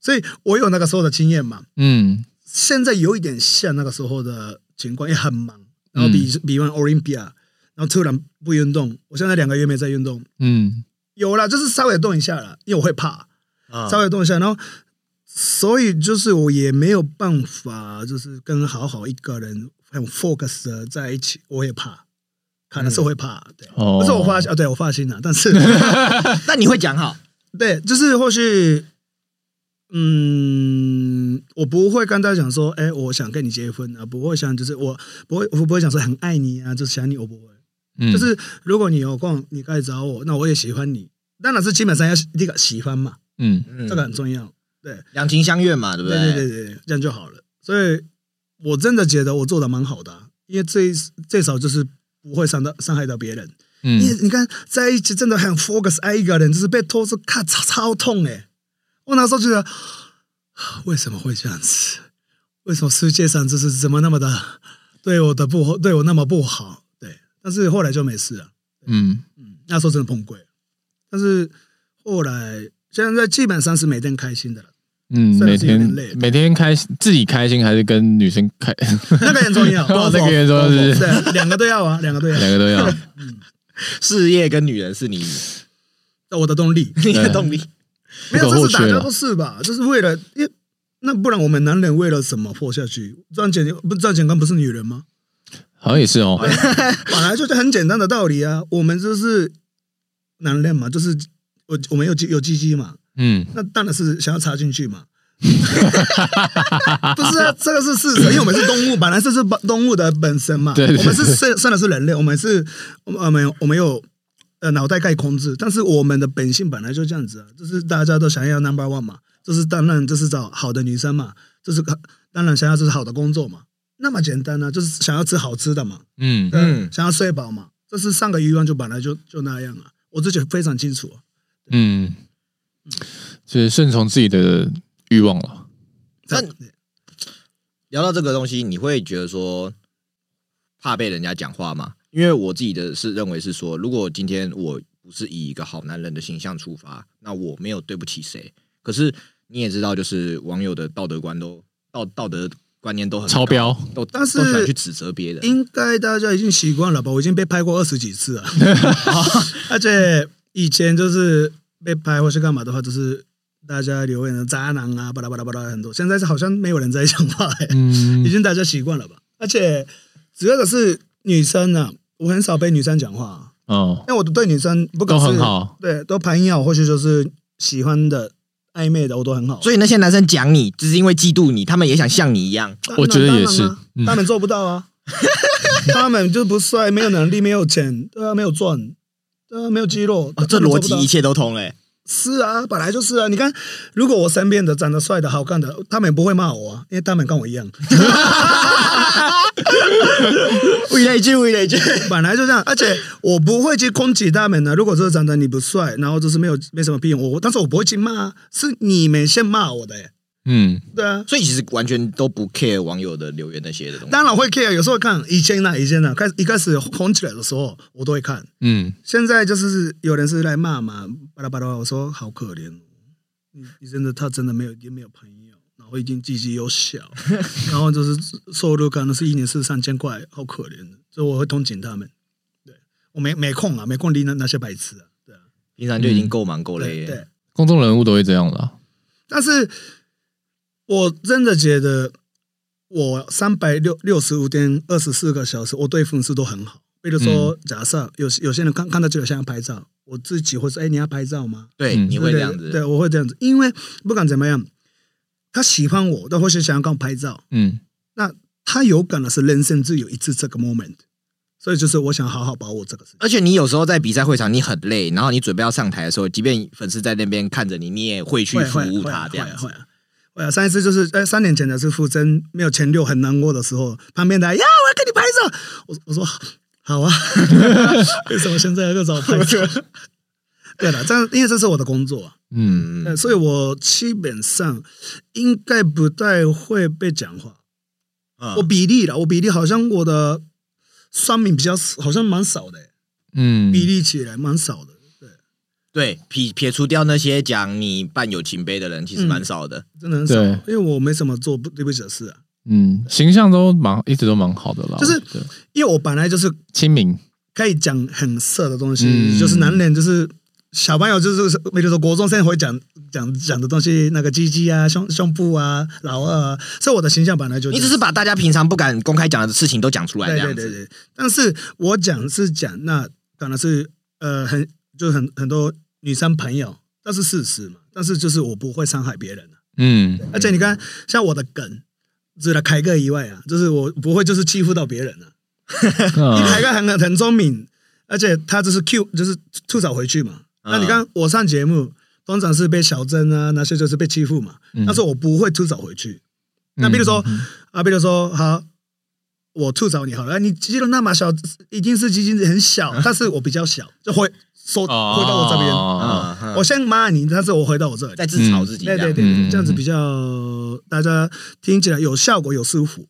Speaker 2: 所以我有那个时候的经验嘛，
Speaker 1: 嗯
Speaker 2: 现在有一点像那个时候的情况，也很忙，然后比、比完 Olympia，然后突然不运动，我现在两个月没在运动，
Speaker 1: 嗯
Speaker 2: 有啦，就是稍微动一下啦，因为我会怕，
Speaker 3: 啊
Speaker 2: 稍微动一下，然后所以就是我也没有办法，就是跟好好一个人很 focus 的在一起，我也怕，可能是会怕，对，
Speaker 1: 哦
Speaker 2: 不是我发啊，对我发心了，但是
Speaker 3: 嗯 那你会讲好？
Speaker 2: 对，就是或许，嗯，我不会跟他讲说，哎、我想跟你结婚啊，不会想就是我不会我不会讲说很爱你啊，就是想你，我不会。
Speaker 1: 嗯，
Speaker 2: 就是如果你有空，你可以找我，那我也喜欢你。当然是基本上要第一个喜欢嘛，
Speaker 1: 嗯
Speaker 3: 嗯
Speaker 2: 这个很重要。对，
Speaker 3: 两情相悦嘛，对不
Speaker 2: 对对对对，对这样就好了。所以我真的觉得我做的蛮好的啊、因为最最少就是不会伤到伤害到别人。你
Speaker 1: 嗯
Speaker 2: 你看在一起真的很 focus 爱一个人，就是被偷吃，看超超痛哎、我那时候觉得 啊为什么会这样子？为什么世界上就是怎么那么的对我的不对我那么不好？对，但是后来就没事了。
Speaker 1: 嗯
Speaker 2: 嗯，那时候真的碰贵，但是后来现在基本上是每天开心的了，
Speaker 1: 嗯，
Speaker 2: 虽
Speaker 1: 每
Speaker 2: 然是有
Speaker 1: 天
Speaker 2: 点累
Speaker 1: 每天开心自己开心还是跟女生开，
Speaker 2: 那个很重要
Speaker 1: 哦。那个也说是
Speaker 2: 对，两个都要啊，两个都要。
Speaker 1: 两个都要。
Speaker 3: 事业跟女人 是你嗯
Speaker 2: 我的动力
Speaker 3: 你的动力。
Speaker 1: 不
Speaker 2: 没
Speaker 1: 可
Speaker 2: 有，
Speaker 1: 或
Speaker 2: 这是大
Speaker 1: 缺
Speaker 2: 家
Speaker 1: 了
Speaker 2: 都。是吧？就是为了，因为那不然我们男人为了什么活下去？赚钱不赚钱，刚不是女人吗？
Speaker 1: 好像也是哦，
Speaker 2: 本来就是很简单的道理啊。我们就是男人嘛，就是我我们有鸡有鸡鸡嘛，
Speaker 1: 嗯，
Speaker 2: 那当然是想要插进去嘛。 不是啊，这个是事实，因为我们是动物，本来这是动物的本身嘛。
Speaker 1: 对对
Speaker 2: 我们是生生的是人类，我们是我们我们有我们有呃脑袋盖控制，但是我们的本性本来就这样子啊，就是大家都想要 number one 嘛，就是当然就是找好的女生嘛，就是当然想要就是好的工作嘛，那么简单啊，就是想要吃好吃的嘛，
Speaker 1: 嗯，
Speaker 3: 嗯
Speaker 2: 嗯，想要睡饱嘛，这是上个欲望就本来就就那样啊，我自己非常清楚啊、
Speaker 1: 嗯，就是顺从自己的欲望了。
Speaker 2: 这样
Speaker 3: 那聊到这个东西，你会觉得说怕被人家讲话吗？因为我自己的是认为是说，如果今天我不是以一个好男人的形象出发，那我没有对不起谁。可是你也知道，就是网友的道德观都道道德观念都很高
Speaker 1: 超，标，
Speaker 3: 都
Speaker 2: 但是
Speaker 3: 都喜欢去指责别人。
Speaker 2: 应该大家已经习惯了吧？我已经被拍过二十几次 了， 而且以前就是被拍或是干嘛的话，就是大家留言的渣男啊，巴拉巴拉巴拉很多。现在是好像没有人在讲话、欸，
Speaker 1: 嗯
Speaker 2: 已，经大家习惯了吧？而且主要的是女生啊，我很少被女生讲话啊、
Speaker 1: 哦，
Speaker 2: 因为我对女生不管
Speaker 1: 都
Speaker 2: 是
Speaker 1: 很，好，
Speaker 2: 对，都朋友或许就是喜欢的暧昧的，我都很好。
Speaker 3: 所以那些男生讲你，只是因为嫉妒你，他们也想像你一样。
Speaker 2: 当
Speaker 1: 我觉得
Speaker 2: 当
Speaker 1: 也
Speaker 2: 然
Speaker 1: 是
Speaker 2: 啊
Speaker 1: 嗯
Speaker 2: 他们做不到啊，他们就不帅，没有能力，没有钱，对啊，没有赚，对啊，没有肌肉，
Speaker 3: 哦、这
Speaker 2: 他们做不
Speaker 3: 逻辑
Speaker 2: 到
Speaker 3: 一切都通嘞、
Speaker 2: 是啊，本来就是啊。你看，如果我身边的长得帅的、好看的，他们也不会骂我啊，因为他们跟我 一样，
Speaker 3: 物以类聚，物以类聚。
Speaker 2: 本来就这样。而且我不会去攻击他们的。如果说长得你不帅，然后就是没有没什么屁用，我但是我不会去骂啊，是你们先骂我的、欸，
Speaker 1: 嗯，
Speaker 2: 对啊。
Speaker 3: 所以其实完全都不 care 网友的留言那些的东西。
Speaker 2: 当然会 care，有时候看以前啊呢、以前呢、开始一开始红起来的时候，我都会看。
Speaker 1: 嗯，
Speaker 2: 现在就是有人是来骂嘛，巴拉巴拉，我说好可怜哦，你你真的他真的没有已经没有朋友，然后已经积极又小，然后就是收入可能是一年是三千块，好可怜的，所以我会同情他们。对我没没空啊，没空理那那些白痴啊，对啊，
Speaker 3: 平常就已经够忙够累
Speaker 2: 对
Speaker 3: 了。
Speaker 2: 对。
Speaker 1: 公众人物都会这样的啊。
Speaker 2: 但是我真的觉得，我三百六六十五天二十四个小时，我对粉丝都很好。比如说，假设有有些人看看到就有些人拍照，我自己会说：“哎，你要拍照吗？”
Speaker 3: 对，
Speaker 1: 嗯
Speaker 3: 你会这样子。
Speaker 2: 对，对我会这样子，因为不管怎么样，他喜欢我，但或许想要跟我拍照，
Speaker 1: 嗯，
Speaker 2: 那他有可能是人生只有一次这个 moment，所以就是我想好好把握这个事情。
Speaker 3: 而且你有时候在比赛会场你很累，然后你准备要上台的时候，即便粉丝在那边看着你，你也会去
Speaker 2: 会
Speaker 3: 服
Speaker 2: 会
Speaker 3: 务
Speaker 2: 会
Speaker 3: 他这
Speaker 2: 会
Speaker 3: 样
Speaker 2: 会
Speaker 3: 子。
Speaker 2: 会啊！上一次就是呃三年前的是傅征没有前六很难过的时候，旁边的呀我要跟你拍照，我我说好啊， 为什么现在要找我拍照？ 对了，这样因为这是我的工作啊，
Speaker 1: 嗯，
Speaker 2: 呃
Speaker 3: 嗯，
Speaker 2: 所以我基本上应该不太会被讲话。
Speaker 3: 嗯
Speaker 2: 我比例了，我比例好像我的酸民比较好像蛮少的、
Speaker 1: 嗯，
Speaker 2: 比例起来蛮少的，对，
Speaker 3: 对撇撇除掉那些讲你伴友情杯的人，
Speaker 2: 嗯
Speaker 3: 其实蛮少的。
Speaker 2: 真的很少
Speaker 1: 对，
Speaker 2: 因为我没什么做不对不起的事啊，
Speaker 1: 嗯，形象都蛮一直都蛮好的啦，
Speaker 2: 就是
Speaker 1: 我觉得
Speaker 2: 因为我本来就是
Speaker 1: 亲民，
Speaker 2: 可以讲很色的东西，
Speaker 1: 嗯
Speaker 2: 就是男人就是小朋友就是，比如说国中生会讲讲讲的东西，那个鸡鸡啊、胸胸部啊、老二啊，所以我的形象本来就
Speaker 3: 你只是啊把大家平常不敢公开讲的事情都讲出来，这
Speaker 2: 对
Speaker 3: 样
Speaker 2: 对
Speaker 3: 子。
Speaker 2: 对对，但是我讲是讲那可能是呃很就是很很多女生朋友，那是事实嘛，但是就是我不会伤害别人、啊、
Speaker 1: 嗯
Speaker 2: 而且你看像我的梗。除了凯哥以外啊，就是我不会就是欺负到别人啊。你凯
Speaker 1: 嗯
Speaker 2: 哥很很很聪明，而且他就是 Q 就是吐槽回去嘛。
Speaker 1: 嗯
Speaker 2: 那你看我上节目，通常是被小珍啊那些就是被欺负嘛，
Speaker 1: 嗯
Speaker 2: 但是我不会吐槽回去。那比如说、
Speaker 1: 嗯
Speaker 2: 啊，比如说好，我吐槽你好了，啊你肌肉那么小，一定是肌筋很 小，但是我比较小，就会说回
Speaker 1: 哦
Speaker 2: 到我这边。啊
Speaker 1: 哦
Speaker 3: 嗯，嗯
Speaker 2: 我先骂你，但是我回到我这里。
Speaker 3: 在自嘲自己这
Speaker 2: 对
Speaker 3: 样。
Speaker 2: 对对对，
Speaker 1: 嗯
Speaker 2: 这样子比较大家听起来有效果，有舒服，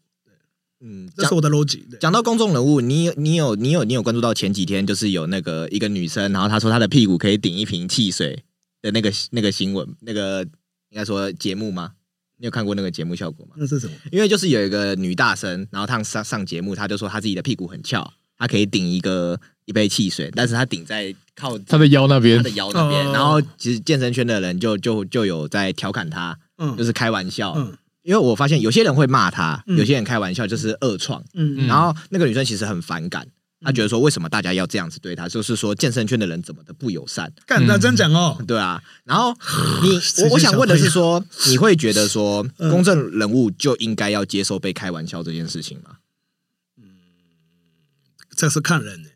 Speaker 3: 嗯，
Speaker 2: 这
Speaker 3: 讲
Speaker 2: 是我的逻辑。对
Speaker 3: 讲到公众人物，你有你有你有你有关注到前几天就是有那个一个女生，然后她说她的屁股可以顶一瓶汽水的那个那个新闻，那个应该说节目吗？你有看过那个节目效果吗？
Speaker 2: 那是什么？
Speaker 3: 因为就是有一个女大生，然后她上上节目，她就说她自己的屁股很翘，她可以顶一个一杯汽水，但是他顶在靠
Speaker 1: 他的腰那
Speaker 3: 他
Speaker 1: 边
Speaker 3: 的，腰那边，
Speaker 2: 哦
Speaker 3: 然后其实健身圈的人就就就有在调侃他，
Speaker 2: 嗯
Speaker 3: 就是哦开玩笑，
Speaker 2: 嗯
Speaker 3: 因为我发现有些人会骂他，
Speaker 2: 嗯
Speaker 3: 有些人开玩笑就是恶创，
Speaker 2: 嗯
Speaker 1: 嗯
Speaker 3: 然后那个女生其实很反感。她觉得说，为什么大家要这样子对她？就是说，健身圈的人怎么的不友善，
Speaker 2: 干，那这样讲
Speaker 1: 嗯
Speaker 2: 哦，
Speaker 3: 对啊。然后 你，
Speaker 2: 谁
Speaker 3: 我我
Speaker 2: 是
Speaker 3: 想
Speaker 2: 小
Speaker 3: 问的
Speaker 2: 朋
Speaker 3: 是
Speaker 2: 友
Speaker 3: 说，你会觉得说，
Speaker 2: 嗯
Speaker 3: 公正人物就应该要接受被开玩笑这件事情吗？
Speaker 2: 这是看人呢、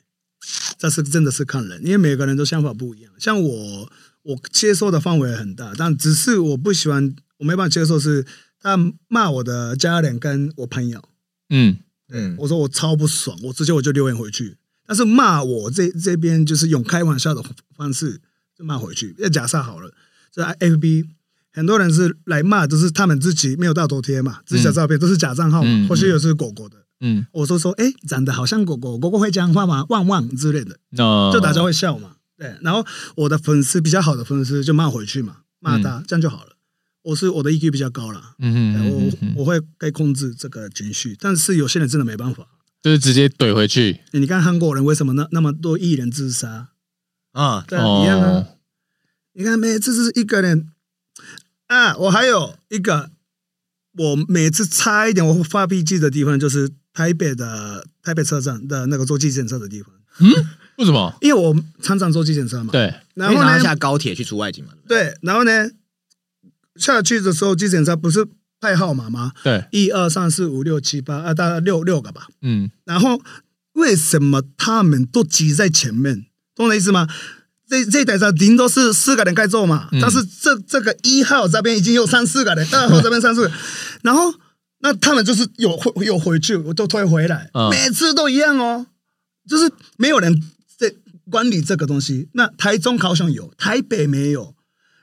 Speaker 2: 这是真的是看人，因为每个人都想法不一样。像我，我接受的范围很大，但只是我不喜欢，我没办法接受是他骂我的家人跟我朋友，
Speaker 1: 嗯
Speaker 3: 嗯，
Speaker 2: 我说我超不爽，我直接我就留言回去。但是骂我这这边就是用开玩笑的方式就骂回去。要假设好了，这 FB 很多人是来骂，就是他们自己没有大头贴嘛，只是假照片，都是假账号嘛，
Speaker 1: 嗯
Speaker 2: 或是有是狗狗的。
Speaker 1: 嗯，
Speaker 2: 我说说，哎，长得好像狗狗，狗狗会讲话吗？汪汪之类的，
Speaker 1: 那
Speaker 2: 就大家会笑嘛。对，然后我的粉丝比较好的粉丝就骂回去嘛，骂他、这样就好了。我是我的 EQ 比较高啦，
Speaker 1: 嗯
Speaker 2: 对
Speaker 1: 嗯嗯嗯嗯
Speaker 2: 哎我我会可以控制这个情绪，但是有些人真的没办法。
Speaker 1: 就是直接怼回去，
Speaker 2: 你看韩国人为什么那那么多艺人自杀？
Speaker 3: 啊，
Speaker 2: 对啊，一样
Speaker 1: 哦
Speaker 2: 啊。你看每次是一个人啊，我还有一个，我每次差一点我会发脾气的地方就是台北的台北车站的那个坐计程车的地方，
Speaker 1: 为什么？
Speaker 2: 因为我常常坐计程车嘛。。
Speaker 1: 对，
Speaker 2: 然后
Speaker 3: 因为他
Speaker 2: 呢？
Speaker 3: 下高铁去出外景嘛，对不对
Speaker 2: 对，然后呢？下去的时候计程车不是派号码吗？
Speaker 1: 对，
Speaker 2: 一二三四五六七八啊，大概六六个吧。
Speaker 1: 嗯
Speaker 2: 然后为什么他们都挤在前面？懂我的意思吗？这这一台车顶多是四个人该坐嘛，
Speaker 1: 嗯
Speaker 2: 但是这这个一号这边已经有三四个人，二号这边三四个人，然后那他们就是有回有回去，我都推回来，
Speaker 1: 嗯
Speaker 2: 每次都一样哦，就是没有人在管理这个东西。那台中好像有，台北没有。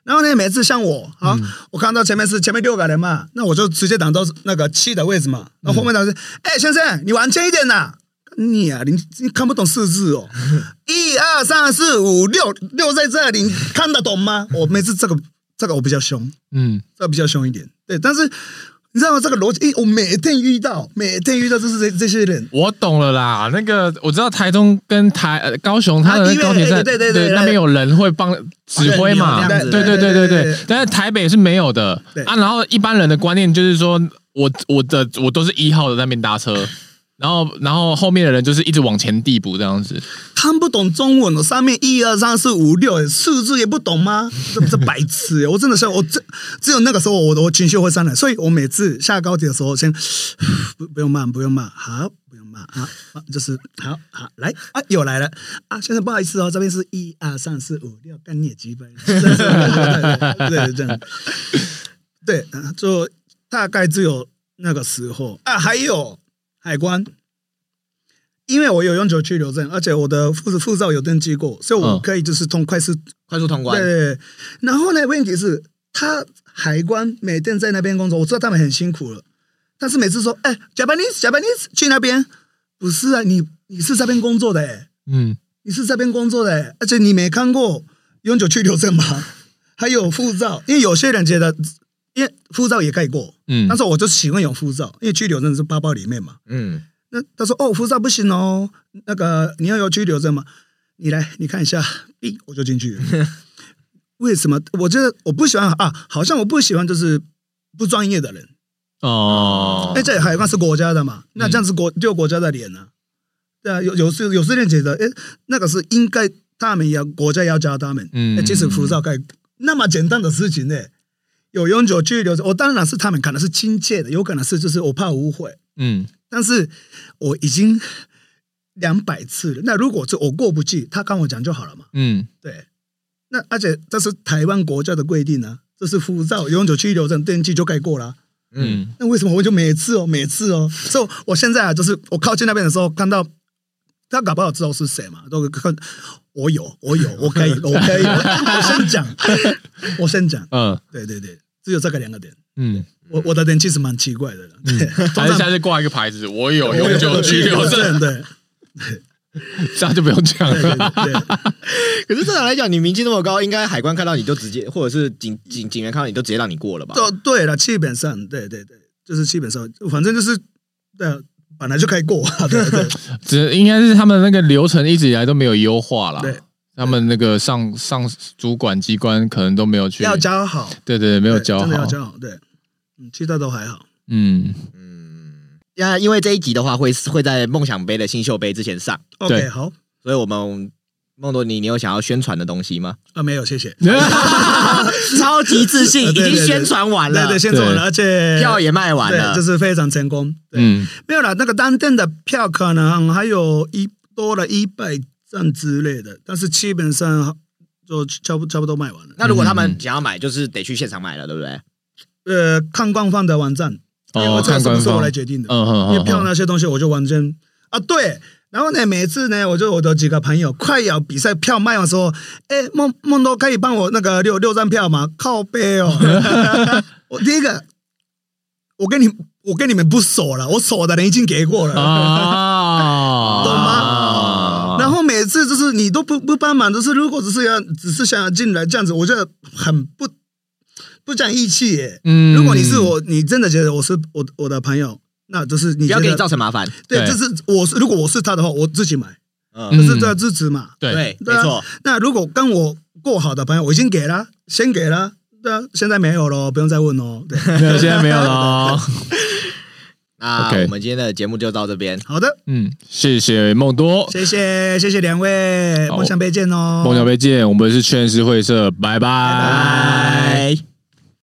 Speaker 2: 然后呢，每次像我啊，我看到前面是前面六个人嘛，那我就直接挡到那个七的位置嘛。然后后面的人，哎、先生，你往前一点呐、你啊，你你看不懂数字哦，一二三四五六六在这里，你看得懂吗？我每次这个这个我比较凶，
Speaker 1: 嗯，
Speaker 2: 这个比较凶一点。对，但是你知道吗？这个逻辑，诶我每天遇到，每天遇到就是这这些人，
Speaker 1: 我懂了啦。那个我知道台中跟台呃高雄，它
Speaker 2: 啊
Speaker 1: 的
Speaker 2: 因为
Speaker 1: 高铁站、
Speaker 2: 对对对对对哦
Speaker 1: 那边有人会帮指挥嘛，
Speaker 3: 人流这样
Speaker 1: 对对对
Speaker 3: 子
Speaker 2: 对
Speaker 1: 对
Speaker 2: 对
Speaker 1: 对
Speaker 2: 对
Speaker 1: 但是台北是没有的
Speaker 2: 对
Speaker 1: 啊。然后一般人的观念就是说，我我的我都是一号的那边搭车。然后，然后后面的人就是一直往前递补这样子，
Speaker 2: 看不懂中文哦，上面一二三四五六数字也不懂吗？这这白痴耶！我真的是，我这只有那个时候我的我情绪会上来，所以我每次下高铁的时候先不不用骂，不用骂，好，不用骂啊，啊就是好好来啊，又来了啊！先生不好意思哦，这边是一二三四五六，干你也鸡巴，对对对对对这样，对，啊就大概只有那个时候啊，还有海关。因为我有永久居留证，而且我的护护照有登记过，所以我
Speaker 1: 嗯
Speaker 2: 可以就是通快速
Speaker 3: 快速通关
Speaker 2: 对，对对，然后呢，问题是他海关每天在那边工作，我知道他们很辛苦了，但是每次说，哎、j a p a n e s e Japanese 去那边，不是啊，你你是这边工作的、哎，
Speaker 1: 嗯，
Speaker 2: 你是这边工作的、哎，而且你没看过永久居留证吗？ 还有护照，因为有些人觉得，因为护照也可以过，
Speaker 1: 嗯
Speaker 2: 但是我就喜欢有护照，因为居留证是包包里面嘛。
Speaker 3: 嗯，
Speaker 2: 那他说哦，护照不行哦，那个你要有居留证吗？你来，你看一下，哔，我就进去了。为什么？我觉得我不喜欢啊，好像我不喜欢就是不专业的人。
Speaker 1: 哦
Speaker 2: 哎、，这海关是国家的嘛，那这样子国丢国家的脸呢、对啊，有有时有时人觉得，哎，那个是应该他们要国家要教他们，
Speaker 1: 嗯
Speaker 2: 嗯，即使护照盖那么简单的事情呢、有永久居留，我当然是他们可能是亲切的，有可能是就是我怕误会，
Speaker 1: 嗯
Speaker 2: 但是我已经两百次了。那如果这我过不去，他跟我讲就好了嘛。
Speaker 1: 嗯
Speaker 2: 对，那而且这是台湾国家的规定啊，这是护照、永久居留证登记就该过啦。
Speaker 3: 嗯
Speaker 1: 嗯
Speaker 2: 那为什么我就每次哦，每次哦，所以我现在啊，就是我靠近那边的时候，看到他搞不好知道是谁嘛，都看我有，我有，我可以，我可以，我先讲，我先讲，
Speaker 1: 嗯
Speaker 2: 对对对，只有这个两个点。
Speaker 1: 嗯，
Speaker 2: 我我的人其实蛮奇怪的啦， 对，
Speaker 1: 还是下次挂一个牌子，我有永久居留 证，
Speaker 2: 证，对。
Speaker 1: 这样就不用讲
Speaker 2: 对对
Speaker 1: 了。
Speaker 2: 对对
Speaker 3: 可是正常来讲，你名气那么高，应该海关看到你就直接，或者是警警警员看到你就直接让你过了吧？
Speaker 2: 都对了，基本上，对对对，就是基本上，反正就是，对啊，本来就该过 啊，对对
Speaker 1: 只应该 是他们那个流程一直以来都没有优化啦。
Speaker 2: 对，
Speaker 1: 他们那个上上主管机关可能都没有去，
Speaker 2: 要教好，
Speaker 1: 对对对，没有教
Speaker 2: 对真的
Speaker 1: 好
Speaker 2: 要，教好，对，嗯，其他都还好，
Speaker 1: 嗯，
Speaker 3: 嗯，那因为这一集的话会会在梦想杯的新秀杯之前上，
Speaker 2: OK，好
Speaker 3: 所以我们梦多你你有想要宣传的东西吗？
Speaker 2: 啊，没有，谢谢。
Speaker 3: 超级自 信，
Speaker 2: 对
Speaker 3: 已
Speaker 2: 对
Speaker 3: 经
Speaker 2: 对
Speaker 3: 宣传完
Speaker 2: 对
Speaker 3: 了，
Speaker 2: 对，先走
Speaker 1: 对
Speaker 2: 了，而且
Speaker 3: 票也卖完了
Speaker 2: 对，，就是非常成功。对，
Speaker 1: 嗯，
Speaker 2: 没有啦，那个单店的票可能还有一多了一百张之类的，但是基本上就差不差不多卖完了。
Speaker 3: 那如果他们
Speaker 1: 嗯
Speaker 3: 想要买，就是得去现场买了，对不对？
Speaker 2: 呃，看官方的网站，因为
Speaker 1: 哦，
Speaker 2: 这个
Speaker 1: 看
Speaker 2: 是
Speaker 1: 官
Speaker 2: 不是我
Speaker 1: 方
Speaker 2: 来，决定的？
Speaker 1: 嗯
Speaker 2: 因为
Speaker 1: 哼
Speaker 2: 票
Speaker 1: 哼，
Speaker 2: 那些东西我就完全啊对。然后呢，每次呢，我就我的几个朋友快要比赛票卖完的时候，哎，梦梦都可以帮我那个六六张票吗？靠背哦，我第一个，我跟你我跟你们不熟了，我熟的人已经给过了。
Speaker 1: 啊，
Speaker 2: 懂
Speaker 3: 吗
Speaker 2: 然后每次就是你都不不帮忙，就是如果只是要只是想要进来这样子，我觉得很不不讲义气耶。
Speaker 1: 嗯
Speaker 2: 如果你是，我，你真的觉得我是我我的朋友，那就是你
Speaker 3: 不
Speaker 2: 觉
Speaker 3: 要给你
Speaker 2: 得
Speaker 3: 造成麻烦。
Speaker 2: 对，
Speaker 1: 对
Speaker 2: 这是我是如果我是他的话，我自己买，
Speaker 3: 嗯，
Speaker 2: 可是
Speaker 1: 嗯
Speaker 2: 这支持嘛。
Speaker 1: 对，
Speaker 3: 对，
Speaker 2: 对
Speaker 3: 没
Speaker 2: 啊
Speaker 3: 错，
Speaker 2: 那如果跟我过好的朋友，我已经给了，先给了，对啊，现在没有了，不用再问哦。对，
Speaker 1: 没有，现在没有了 哦，
Speaker 3: 那
Speaker 1: OK
Speaker 3: 我们今天的节目就到这边。
Speaker 2: 好的，
Speaker 1: 嗯，谢谢梦多，
Speaker 2: 谢谢谢谢两位，
Speaker 1: 好
Speaker 2: 梦想杯见哦，
Speaker 1: 梦想杯见，我们是劝世会社，拜拜
Speaker 3: 拜。